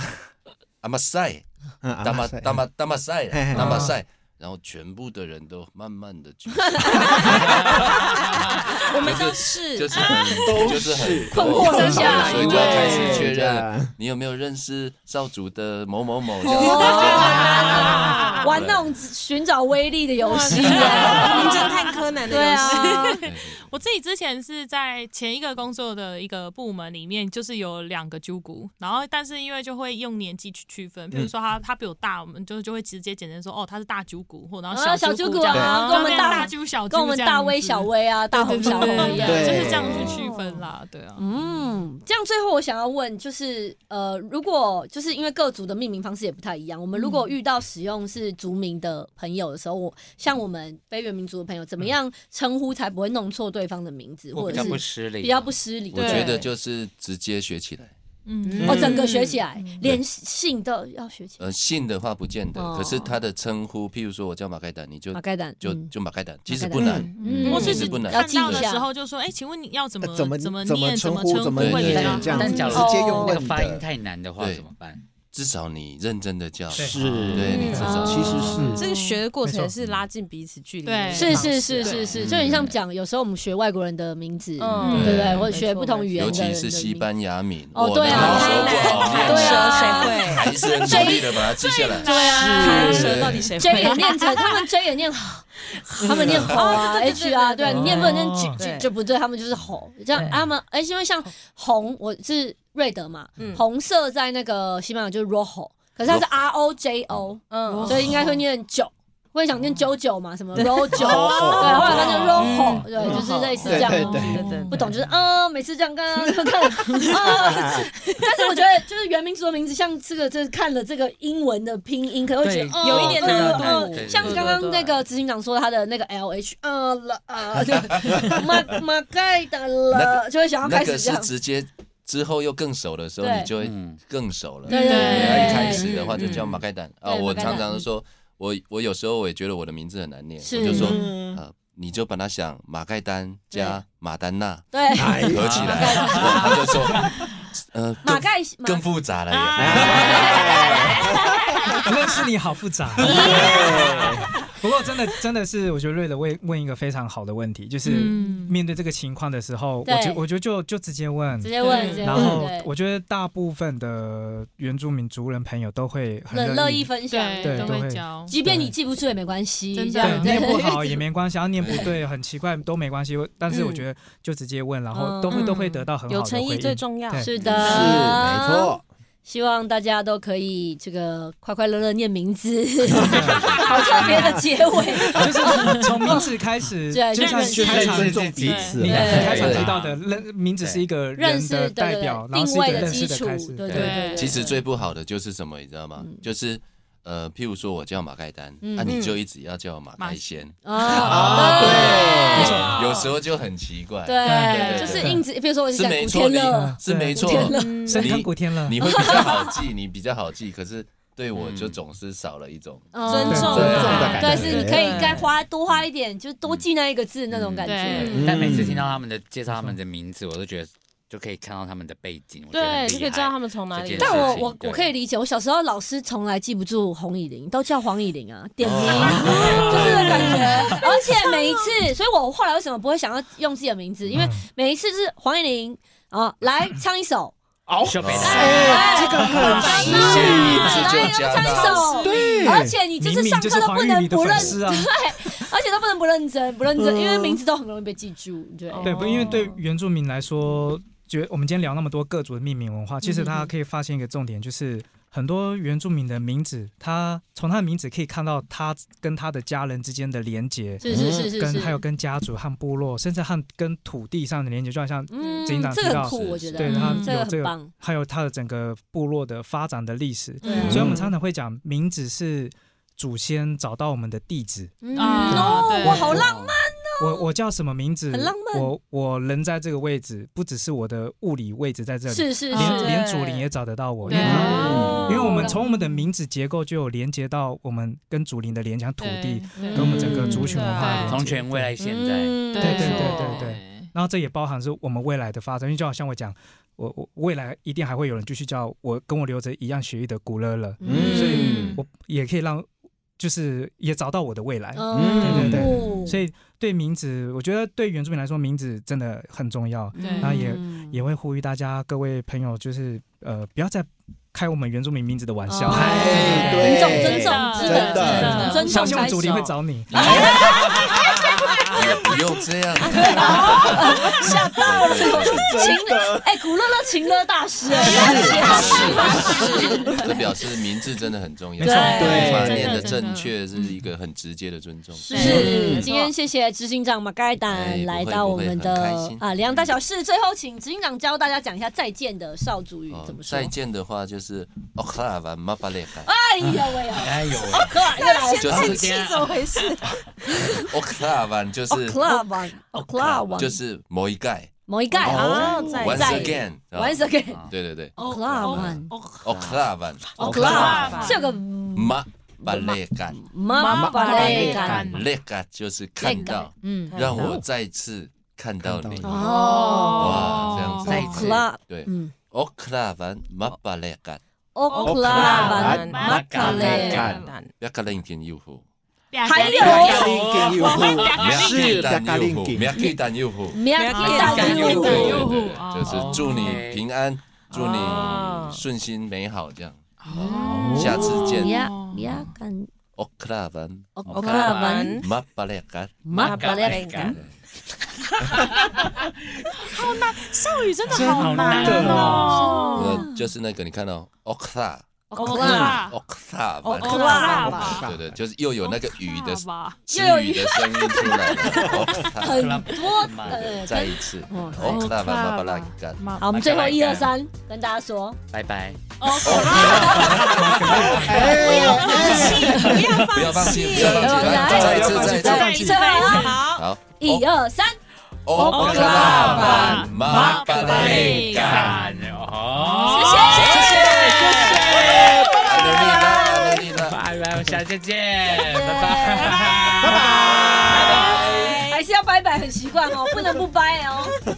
Speaker 6: 阿玛赛？
Speaker 7: 嗯啊
Speaker 6: 大马
Speaker 7: 塞
Speaker 6: 大马大马赛
Speaker 7: 嘿嘿
Speaker 6: 啦，大马赛，然后全部的人都慢慢的就
Speaker 3: 我们都是
Speaker 6: 就是很
Speaker 7: 都
Speaker 6: 就是很
Speaker 1: 困惑
Speaker 6: 就
Speaker 1: 之下
Speaker 6: 所以就要开始确认
Speaker 7: 的，
Speaker 6: 你有没有认识少主的某某某？
Speaker 1: 哦玩那种寻找威力的游戏，
Speaker 3: 名侦探柯南的
Speaker 1: 对
Speaker 3: 游戏。
Speaker 1: 啊，
Speaker 6: 对
Speaker 4: 我自己之前是在前一个工作的一个部门里面，就是有两个猪骨，然后但是因为就会用年纪去区分，比
Speaker 7: 嗯
Speaker 4: 如说他他比我大，我们就就会直接简称说哦他是大猪骨，或然
Speaker 1: 啊
Speaker 4: 后
Speaker 1: 小
Speaker 4: 猪
Speaker 1: 猪骨
Speaker 4: 这样，
Speaker 1: 啊
Speaker 4: 就
Speaker 1: 跟我们
Speaker 4: 变成
Speaker 1: 大
Speaker 4: 大猪小猪，
Speaker 1: 跟我们大威小。威啊，大
Speaker 4: 对
Speaker 1: 红
Speaker 4: 对
Speaker 1: 小哦
Speaker 4: 对
Speaker 1: 红
Speaker 4: 对
Speaker 1: 一
Speaker 4: 对，
Speaker 1: 样。
Speaker 7: 对
Speaker 4: 就是这样去区分啦，对啊，
Speaker 9: 嗯，
Speaker 1: 这样最后我想要问，就是呃，如果就是因为各族的命名方式也不太一样，我们如果遇到使用是族名的朋友的时候，我像我们非原民族的朋友，怎么样称呼才不会弄错对方的名字，
Speaker 2: 我
Speaker 1: 或
Speaker 2: 比
Speaker 1: 者
Speaker 2: 较不
Speaker 1: 是
Speaker 2: 失礼，
Speaker 1: 比较不失礼？
Speaker 6: 我
Speaker 4: 对
Speaker 6: 觉得就是直接学起来。
Speaker 4: 嗯
Speaker 1: 哦，
Speaker 9: 嗯
Speaker 1: 整个学起来
Speaker 4: 嗯，
Speaker 1: 连姓都要学起来。
Speaker 6: 呃，姓的话不见得，
Speaker 1: 哦
Speaker 6: 可是他的称呼，譬如说我叫马盖丹，你就
Speaker 1: 马盖蛋，
Speaker 6: 就
Speaker 1: 嗯
Speaker 6: 就马盖丹，其实
Speaker 1: 马盖
Speaker 6: 不
Speaker 1: 丹
Speaker 6: 难。
Speaker 1: 嗯
Speaker 4: 我
Speaker 6: 其
Speaker 4: 是
Speaker 6: 实
Speaker 4: 指
Speaker 6: 不难
Speaker 4: 看到
Speaker 1: 要记
Speaker 4: 的
Speaker 1: 一下
Speaker 4: 时候就说，哎，请问你要怎么
Speaker 7: 呃怎么
Speaker 4: 怎么
Speaker 7: 怎么
Speaker 4: 念
Speaker 7: 称
Speaker 4: 么
Speaker 7: 呼
Speaker 4: 称
Speaker 7: 怎么
Speaker 4: 会
Speaker 6: 念
Speaker 4: 比较
Speaker 6: 这
Speaker 4: 好
Speaker 6: 样
Speaker 7: 子
Speaker 2: 假如
Speaker 9: 直
Speaker 1: 接用
Speaker 2: 那
Speaker 1: 问
Speaker 2: 个
Speaker 7: 的
Speaker 2: 发音太难的话
Speaker 6: 对
Speaker 2: 怎么办？
Speaker 6: 至少你认真的叫，
Speaker 5: 对
Speaker 7: 是，
Speaker 6: 对你至少
Speaker 1: 嗯
Speaker 7: 其实是
Speaker 3: <laughs> 这个学的过
Speaker 5: 没
Speaker 3: 程
Speaker 5: 错
Speaker 3: 也是拉近彼此距离的
Speaker 4: 对
Speaker 3: 方式
Speaker 1: 是是是
Speaker 4: 对
Speaker 3: 啊，
Speaker 1: 是是，
Speaker 6: 嗯
Speaker 1: 就很像讲，有时候我们学外国人的名字，
Speaker 3: 嗯
Speaker 1: 对不对？
Speaker 6: 对
Speaker 1: 或者学
Speaker 3: 没错
Speaker 1: 不同语言
Speaker 6: 尤
Speaker 1: 的人的
Speaker 6: 其
Speaker 1: 名字，
Speaker 6: 是西班牙名，
Speaker 1: 哦
Speaker 6: 我
Speaker 1: 对啊
Speaker 6: 那时候不好
Speaker 3: 弹
Speaker 6: 念，
Speaker 1: 对啊
Speaker 3: 舌谁会？
Speaker 6: 还是很努力的把它记下来。
Speaker 4: 对啊，
Speaker 3: 弹舌到底谁
Speaker 1: J 也
Speaker 3: 会？
Speaker 1: 念成，他们 J 也念吼，他们念吼啊
Speaker 3: 哦对对对
Speaker 1: ，H 啊，
Speaker 3: 对对
Speaker 1: 对啊，
Speaker 5: 对
Speaker 1: 你念不能念
Speaker 5: 哦
Speaker 1: J
Speaker 3: 对
Speaker 1: J 就不对，他们就是吼，这样啊
Speaker 3: 对
Speaker 1: 他们，哎而且因为像红，我是瑞德嘛，
Speaker 3: 嗯
Speaker 1: 红色在那个西班牙就是 rojo，可是它是 R O J O，
Speaker 3: 嗯
Speaker 1: 所以应该会念九。会想念九九嘛？什么 rojo，对，
Speaker 7: 哦
Speaker 1: 后来发现 rojo，
Speaker 3: 嗯
Speaker 1: 对，就是类似这
Speaker 7: 对
Speaker 1: 样。
Speaker 7: 对
Speaker 1: 哦
Speaker 7: 对，
Speaker 3: 对
Speaker 4: 嗯
Speaker 1: 不懂就是啊，每次这样看看看啊，但是我觉得就是原名族的名字，像这个这看了这个英文的拼音，可能会觉得
Speaker 2: 对
Speaker 1: 呃
Speaker 3: 有一点难度
Speaker 1: 呃呃
Speaker 2: 对对对
Speaker 1: 像刚刚那个执呃行长说他的那个 L H 呃了呃，对马马盖的
Speaker 6: 那
Speaker 1: 了，就会想要
Speaker 6: 那
Speaker 1: 开
Speaker 6: 个
Speaker 1: 始这
Speaker 6: 是
Speaker 1: 样。
Speaker 6: 直接之后又更熟的时候，
Speaker 1: 对
Speaker 6: 你就会
Speaker 2: 嗯，
Speaker 6: 更熟了。
Speaker 1: 对对
Speaker 6: 对啊一开
Speaker 1: 对
Speaker 6: 始的话就叫
Speaker 3: 嗯嗯
Speaker 6: 马盖丹啊，
Speaker 1: 对
Speaker 6: 我
Speaker 1: 马盖丹
Speaker 6: 常常说，我我有时候我也觉得我的名字很难念，
Speaker 1: 是
Speaker 6: 我就说
Speaker 7: 嗯
Speaker 6: 呃，你就把它想马盖丹加马丹娜
Speaker 1: 对对，
Speaker 7: 哎
Speaker 6: 合起来，哇他就说呃
Speaker 1: 马
Speaker 6: 更
Speaker 1: 盖马
Speaker 6: 更复杂了耶。
Speaker 7: 哎
Speaker 5: 认识你好复杂。不过真的真的是，我觉得瑞德问问一个非常好的问题，就是
Speaker 4: 嗯
Speaker 5: 面对这个情况的时候，
Speaker 1: 对
Speaker 5: 我觉我觉得就就直接问
Speaker 1: 直。接问，直接
Speaker 5: 然
Speaker 1: 问，
Speaker 5: 后
Speaker 1: 对
Speaker 5: 我觉得大部分的原住民族人朋友都会
Speaker 1: 很
Speaker 5: 很
Speaker 1: 乐
Speaker 5: 乐
Speaker 1: 意
Speaker 5: 意，
Speaker 1: 分享，
Speaker 4: 对，
Speaker 5: 对
Speaker 4: 都
Speaker 5: 都
Speaker 4: 会
Speaker 5: 会
Speaker 4: 教，
Speaker 1: 即便你记不住也没关系，
Speaker 4: 真的
Speaker 1: 这
Speaker 5: 对
Speaker 1: 样
Speaker 5: 念不好 <laughs> 也没
Speaker 1: <laughs>
Speaker 5: 关系，然后啊念不对很奇怪都没关系，但是我
Speaker 1: 嗯
Speaker 5: 觉得就直接问，然后都
Speaker 4: 嗯
Speaker 5: 会都会得到很好
Speaker 3: 有
Speaker 5: 的
Speaker 3: 诚
Speaker 5: 回
Speaker 3: 意
Speaker 5: 应。
Speaker 3: 最重要。
Speaker 5: 对
Speaker 1: 是的，
Speaker 7: 是没
Speaker 4: 嗯
Speaker 7: 错，
Speaker 1: 希望大家都可以这个快快乐乐念名字，好特别的结尾。
Speaker 5: <laughs> 就是从名字开始，
Speaker 1: <laughs> 对
Speaker 5: 就像
Speaker 1: 认识
Speaker 5: 开场
Speaker 7: 尊重彼此啊
Speaker 5: 你
Speaker 1: 对
Speaker 5: 你开场
Speaker 6: 对
Speaker 5: 提到的认名字是一个
Speaker 1: 认
Speaker 5: 人
Speaker 1: 识
Speaker 5: 的
Speaker 1: 对
Speaker 5: 代表，然后
Speaker 1: 定
Speaker 5: 是一
Speaker 1: 位
Speaker 5: 个认
Speaker 1: 基
Speaker 5: 识的
Speaker 1: 础
Speaker 5: 开始，，
Speaker 1: 对对
Speaker 2: 对
Speaker 1: 对。
Speaker 6: 其实最不好的就是什么，你知道吗
Speaker 1: 嗯？
Speaker 6: 就是呃，譬如说我叫马盖丹，
Speaker 1: 嗯
Speaker 6: 那你就一直要叫我马盖先，
Speaker 1: 啊，对，
Speaker 6: 有时候就很奇怪。
Speaker 1: 对，
Speaker 6: 对
Speaker 1: 就是硬直，比如说我是
Speaker 6: 是
Speaker 1: 讲
Speaker 6: 没
Speaker 1: 古
Speaker 6: 错
Speaker 1: 天
Speaker 6: 的
Speaker 1: 乐，
Speaker 6: 是没错
Speaker 1: 古，天乐
Speaker 3: 嗯
Speaker 5: 深坑古天乐，
Speaker 6: 你会比较好记，你比较好记，可是对我就总是少了一种。
Speaker 1: 哦
Speaker 3: 尊重
Speaker 7: 尊重
Speaker 3: 啊
Speaker 7: 的
Speaker 1: 对，
Speaker 7: 感觉
Speaker 1: 是你可以该花多花一点，就多记那一个字那
Speaker 6: 嗯
Speaker 1: 种感觉。嗯
Speaker 4: 对
Speaker 2: 但每次听到他们的介绍他们的名字，我都觉得就可以看到他们的背景，我觉得很厉
Speaker 3: 对，就可以知
Speaker 2: 害
Speaker 3: 道他们从哪里
Speaker 2: 这
Speaker 3: 来。
Speaker 2: 件
Speaker 1: 但
Speaker 2: 事
Speaker 1: 我
Speaker 2: 情
Speaker 1: 我
Speaker 2: 对
Speaker 1: 我可以理解，我小时候老师从来记不住洪以玲，都叫黄以玲啊，点名。
Speaker 5: 哦
Speaker 1: <laughs> 就是这个感
Speaker 5: <laughs>
Speaker 1: 觉，而且每一次，所以我后来为什么不会想要用自己的名字？因
Speaker 5: 嗯
Speaker 1: 为每一次是黄以玲啊，来唱一
Speaker 5: 哦
Speaker 1: 首，
Speaker 2: 就被
Speaker 1: 哎
Speaker 7: 这个很
Speaker 6: 时间名字
Speaker 1: 来
Speaker 6: 就加
Speaker 1: 唱一
Speaker 6: 大，
Speaker 1: 首，
Speaker 7: 对
Speaker 1: 而且你就是
Speaker 5: 明明
Speaker 1: 上
Speaker 5: 就是
Speaker 1: 课都
Speaker 5: 黄
Speaker 1: 不
Speaker 5: 玉
Speaker 1: 能
Speaker 5: 米的
Speaker 1: 不认
Speaker 5: 粉，丝啊，
Speaker 1: 而且都不能不认真，不认真，
Speaker 7: 嗯
Speaker 1: 因为名字都很容易被记住，对。
Speaker 5: 对，不因为对原住民来说，觉我们今天聊那么多各族的命名文化，
Speaker 1: 嗯
Speaker 5: 其实大家可以发现一个重点，就是很多原住民的名字，他从他的名字可以看到他跟他的家人之间的连结，
Speaker 1: 是是是是
Speaker 5: 跟
Speaker 1: 是，
Speaker 5: 还有跟家族和部落，甚至和跟土地上的连接，就好像
Speaker 1: 嗯，
Speaker 5: 这一档
Speaker 1: 这
Speaker 5: 提
Speaker 1: 个
Speaker 5: 到
Speaker 1: 很酷，我觉得，
Speaker 5: 对
Speaker 4: 他
Speaker 1: 嗯这个
Speaker 5: 有这
Speaker 1: 很
Speaker 5: 个
Speaker 1: 棒，
Speaker 5: 还有它的整个部落的发展的历史。
Speaker 1: 对啊
Speaker 5: 所以我们常常会讲，名字是祖先找到我们的地址。
Speaker 1: 嗯
Speaker 4: 啊
Speaker 1: 哦
Speaker 4: 对，
Speaker 1: 我好浪漫，
Speaker 5: 我我叫什么名字？
Speaker 1: 哦很浪漫
Speaker 5: 我我人在这个位置，不只是我的物理位置在这里，
Speaker 1: 是是
Speaker 5: 连
Speaker 1: 是，
Speaker 5: 连祖灵也找得到我，因
Speaker 4: 对
Speaker 3: 啊
Speaker 5: 为它
Speaker 1: 哦
Speaker 5: 因为我们从我们的名字结构就有连接到我们跟祖灵的连接，像土地，
Speaker 4: 对
Speaker 5: 跟我们整个族群文化的
Speaker 4: 对
Speaker 5: 连接
Speaker 2: 从权威来现在，
Speaker 1: 嗯
Speaker 5: 对对
Speaker 4: 没错
Speaker 5: 对对对然后这也包含是我们未来的发展，因为就好像我讲，我我未来一定还会有人继续叫我跟我留着一样血裔的古勒勒，
Speaker 1: 嗯
Speaker 5: 所以
Speaker 4: 嗯
Speaker 5: 我也可以让，就是也找到我的未来。
Speaker 1: 嗯
Speaker 5: 对对对
Speaker 1: 哦
Speaker 5: 所以对名字，我觉得对原住民来说，名字真的很重要。
Speaker 4: 对哎
Speaker 1: <laughs>
Speaker 5: 那也
Speaker 1: 嗯
Speaker 5: 也会呼吁大家各位朋友，就是呃，不要再开我们原住民名字的玩笑，
Speaker 10: 哦
Speaker 5: <laughs>
Speaker 7: 哎
Speaker 1: 尊
Speaker 7: 对
Speaker 1: 重尊重，
Speaker 4: 真
Speaker 1: 值得
Speaker 7: 的
Speaker 1: 值得，尊
Speaker 5: 相
Speaker 1: 重
Speaker 5: 信我
Speaker 1: 开
Speaker 5: 们主力会
Speaker 1: 始。
Speaker 5: 找你。
Speaker 6: 也不用这样，
Speaker 1: 吓到了，
Speaker 7: 真
Speaker 1: 情
Speaker 7: 的
Speaker 1: 哎，古乐乐情乐大师哎，
Speaker 6: 这表示名字真的很重要，
Speaker 5: 没错
Speaker 1: 对
Speaker 6: 法
Speaker 4: 真的
Speaker 6: 念的
Speaker 4: 真的
Speaker 6: 正确是一个很直接的尊重。
Speaker 1: 是，
Speaker 10: 嗯
Speaker 1: 今天谢谢执行长马盖
Speaker 6: 哎不
Speaker 1: 丹
Speaker 6: 会
Speaker 1: 来到我们
Speaker 6: 不会很开
Speaker 1: 的
Speaker 6: 心嗯
Speaker 1: 啊两大小事，最后请执行长教大家讲一下再见的少族语
Speaker 6: 哦
Speaker 1: 怎么说
Speaker 6: 再。见的话就是哦，克拉瓦马巴列卡，
Speaker 1: 哎呀喂呀，
Speaker 2: 哎呦喂，
Speaker 1: 可爱又来了。
Speaker 6: 就
Speaker 3: 叹
Speaker 6: 是
Speaker 3: 气怎么回事？
Speaker 6: 哦，克拉瓦就
Speaker 1: o
Speaker 6: 是
Speaker 1: c l a v a o c l a v a
Speaker 6: 哦就是某一盖
Speaker 1: 某一盖啊，再
Speaker 6: ，once
Speaker 1: 再
Speaker 6: again，啊
Speaker 1: once again，
Speaker 6: 对对对，
Speaker 1: o c l a v a
Speaker 6: 哦，嗯克拉瓦
Speaker 1: o c l a v a
Speaker 4: Oklava
Speaker 1: 是有个
Speaker 6: 马巴列卡，
Speaker 1: 妈巴雷
Speaker 4: 妈
Speaker 1: 干
Speaker 6: 列卡就是看到，
Speaker 3: 嗯
Speaker 6: 让我再次看到你
Speaker 5: 看，到
Speaker 1: 哦
Speaker 6: 哇，这样子，
Speaker 2: 再次
Speaker 1: Oklava
Speaker 6: 对，
Speaker 1: 嗯
Speaker 6: 哦，克拉瓦马巴列卡，
Speaker 1: o c l a v a 马卡雷
Speaker 7: 干
Speaker 6: 不要看另一天诱惑。
Speaker 4: 还
Speaker 7: 啊
Speaker 6: 是蛋
Speaker 7: 咖喱
Speaker 6: 诱
Speaker 7: 给
Speaker 6: 惑，免去蛋诱惑，
Speaker 1: 米亚基达
Speaker 6: 对
Speaker 1: 尤
Speaker 6: 对
Speaker 1: 鲁
Speaker 6: 对
Speaker 4: 诱惑
Speaker 6: 对
Speaker 1: 哦
Speaker 6: 就是祝你平安，祝你顺心美好，这样。
Speaker 1: 哦
Speaker 6: 下次见
Speaker 1: 米。亚米亚干
Speaker 6: o k l a v a n
Speaker 1: o c l a v a
Speaker 3: 嗯
Speaker 6: m a b a l e k a
Speaker 1: 马巴雷干。
Speaker 4: 少语真的好难哦。
Speaker 6: 呃，就是那个你看到 o k l a
Speaker 1: o c l a
Speaker 6: o k l
Speaker 1: 哦
Speaker 6: a v a n
Speaker 1: Oklava
Speaker 6: 对对，就是又有那个雨的
Speaker 4: 吧，
Speaker 6: 词语的声音出来了。Oklava，
Speaker 1: <laughs> 很多呃，
Speaker 6: 再
Speaker 1: 跟
Speaker 6: 一次 o k l a v a m a b a l e k a
Speaker 1: 好，我们最后一二三跟大家说，
Speaker 2: 拜拜。哦 <laughs>
Speaker 6: 不要放弃，不要放
Speaker 1: 哦
Speaker 6: 弃，来，再一次，再一次，
Speaker 1: 再一次好，
Speaker 6: 好，
Speaker 1: 一二三，
Speaker 6: o k l a v a m a b a l e k a
Speaker 2: 干哦，
Speaker 1: 谢谢谢谢谢谢。
Speaker 6: 努力了，努力了。
Speaker 2: 拜拜，我们下次见，拜拜。
Speaker 1: 拜拜，还是要拜拜，很习惯哦，不能不拜哦。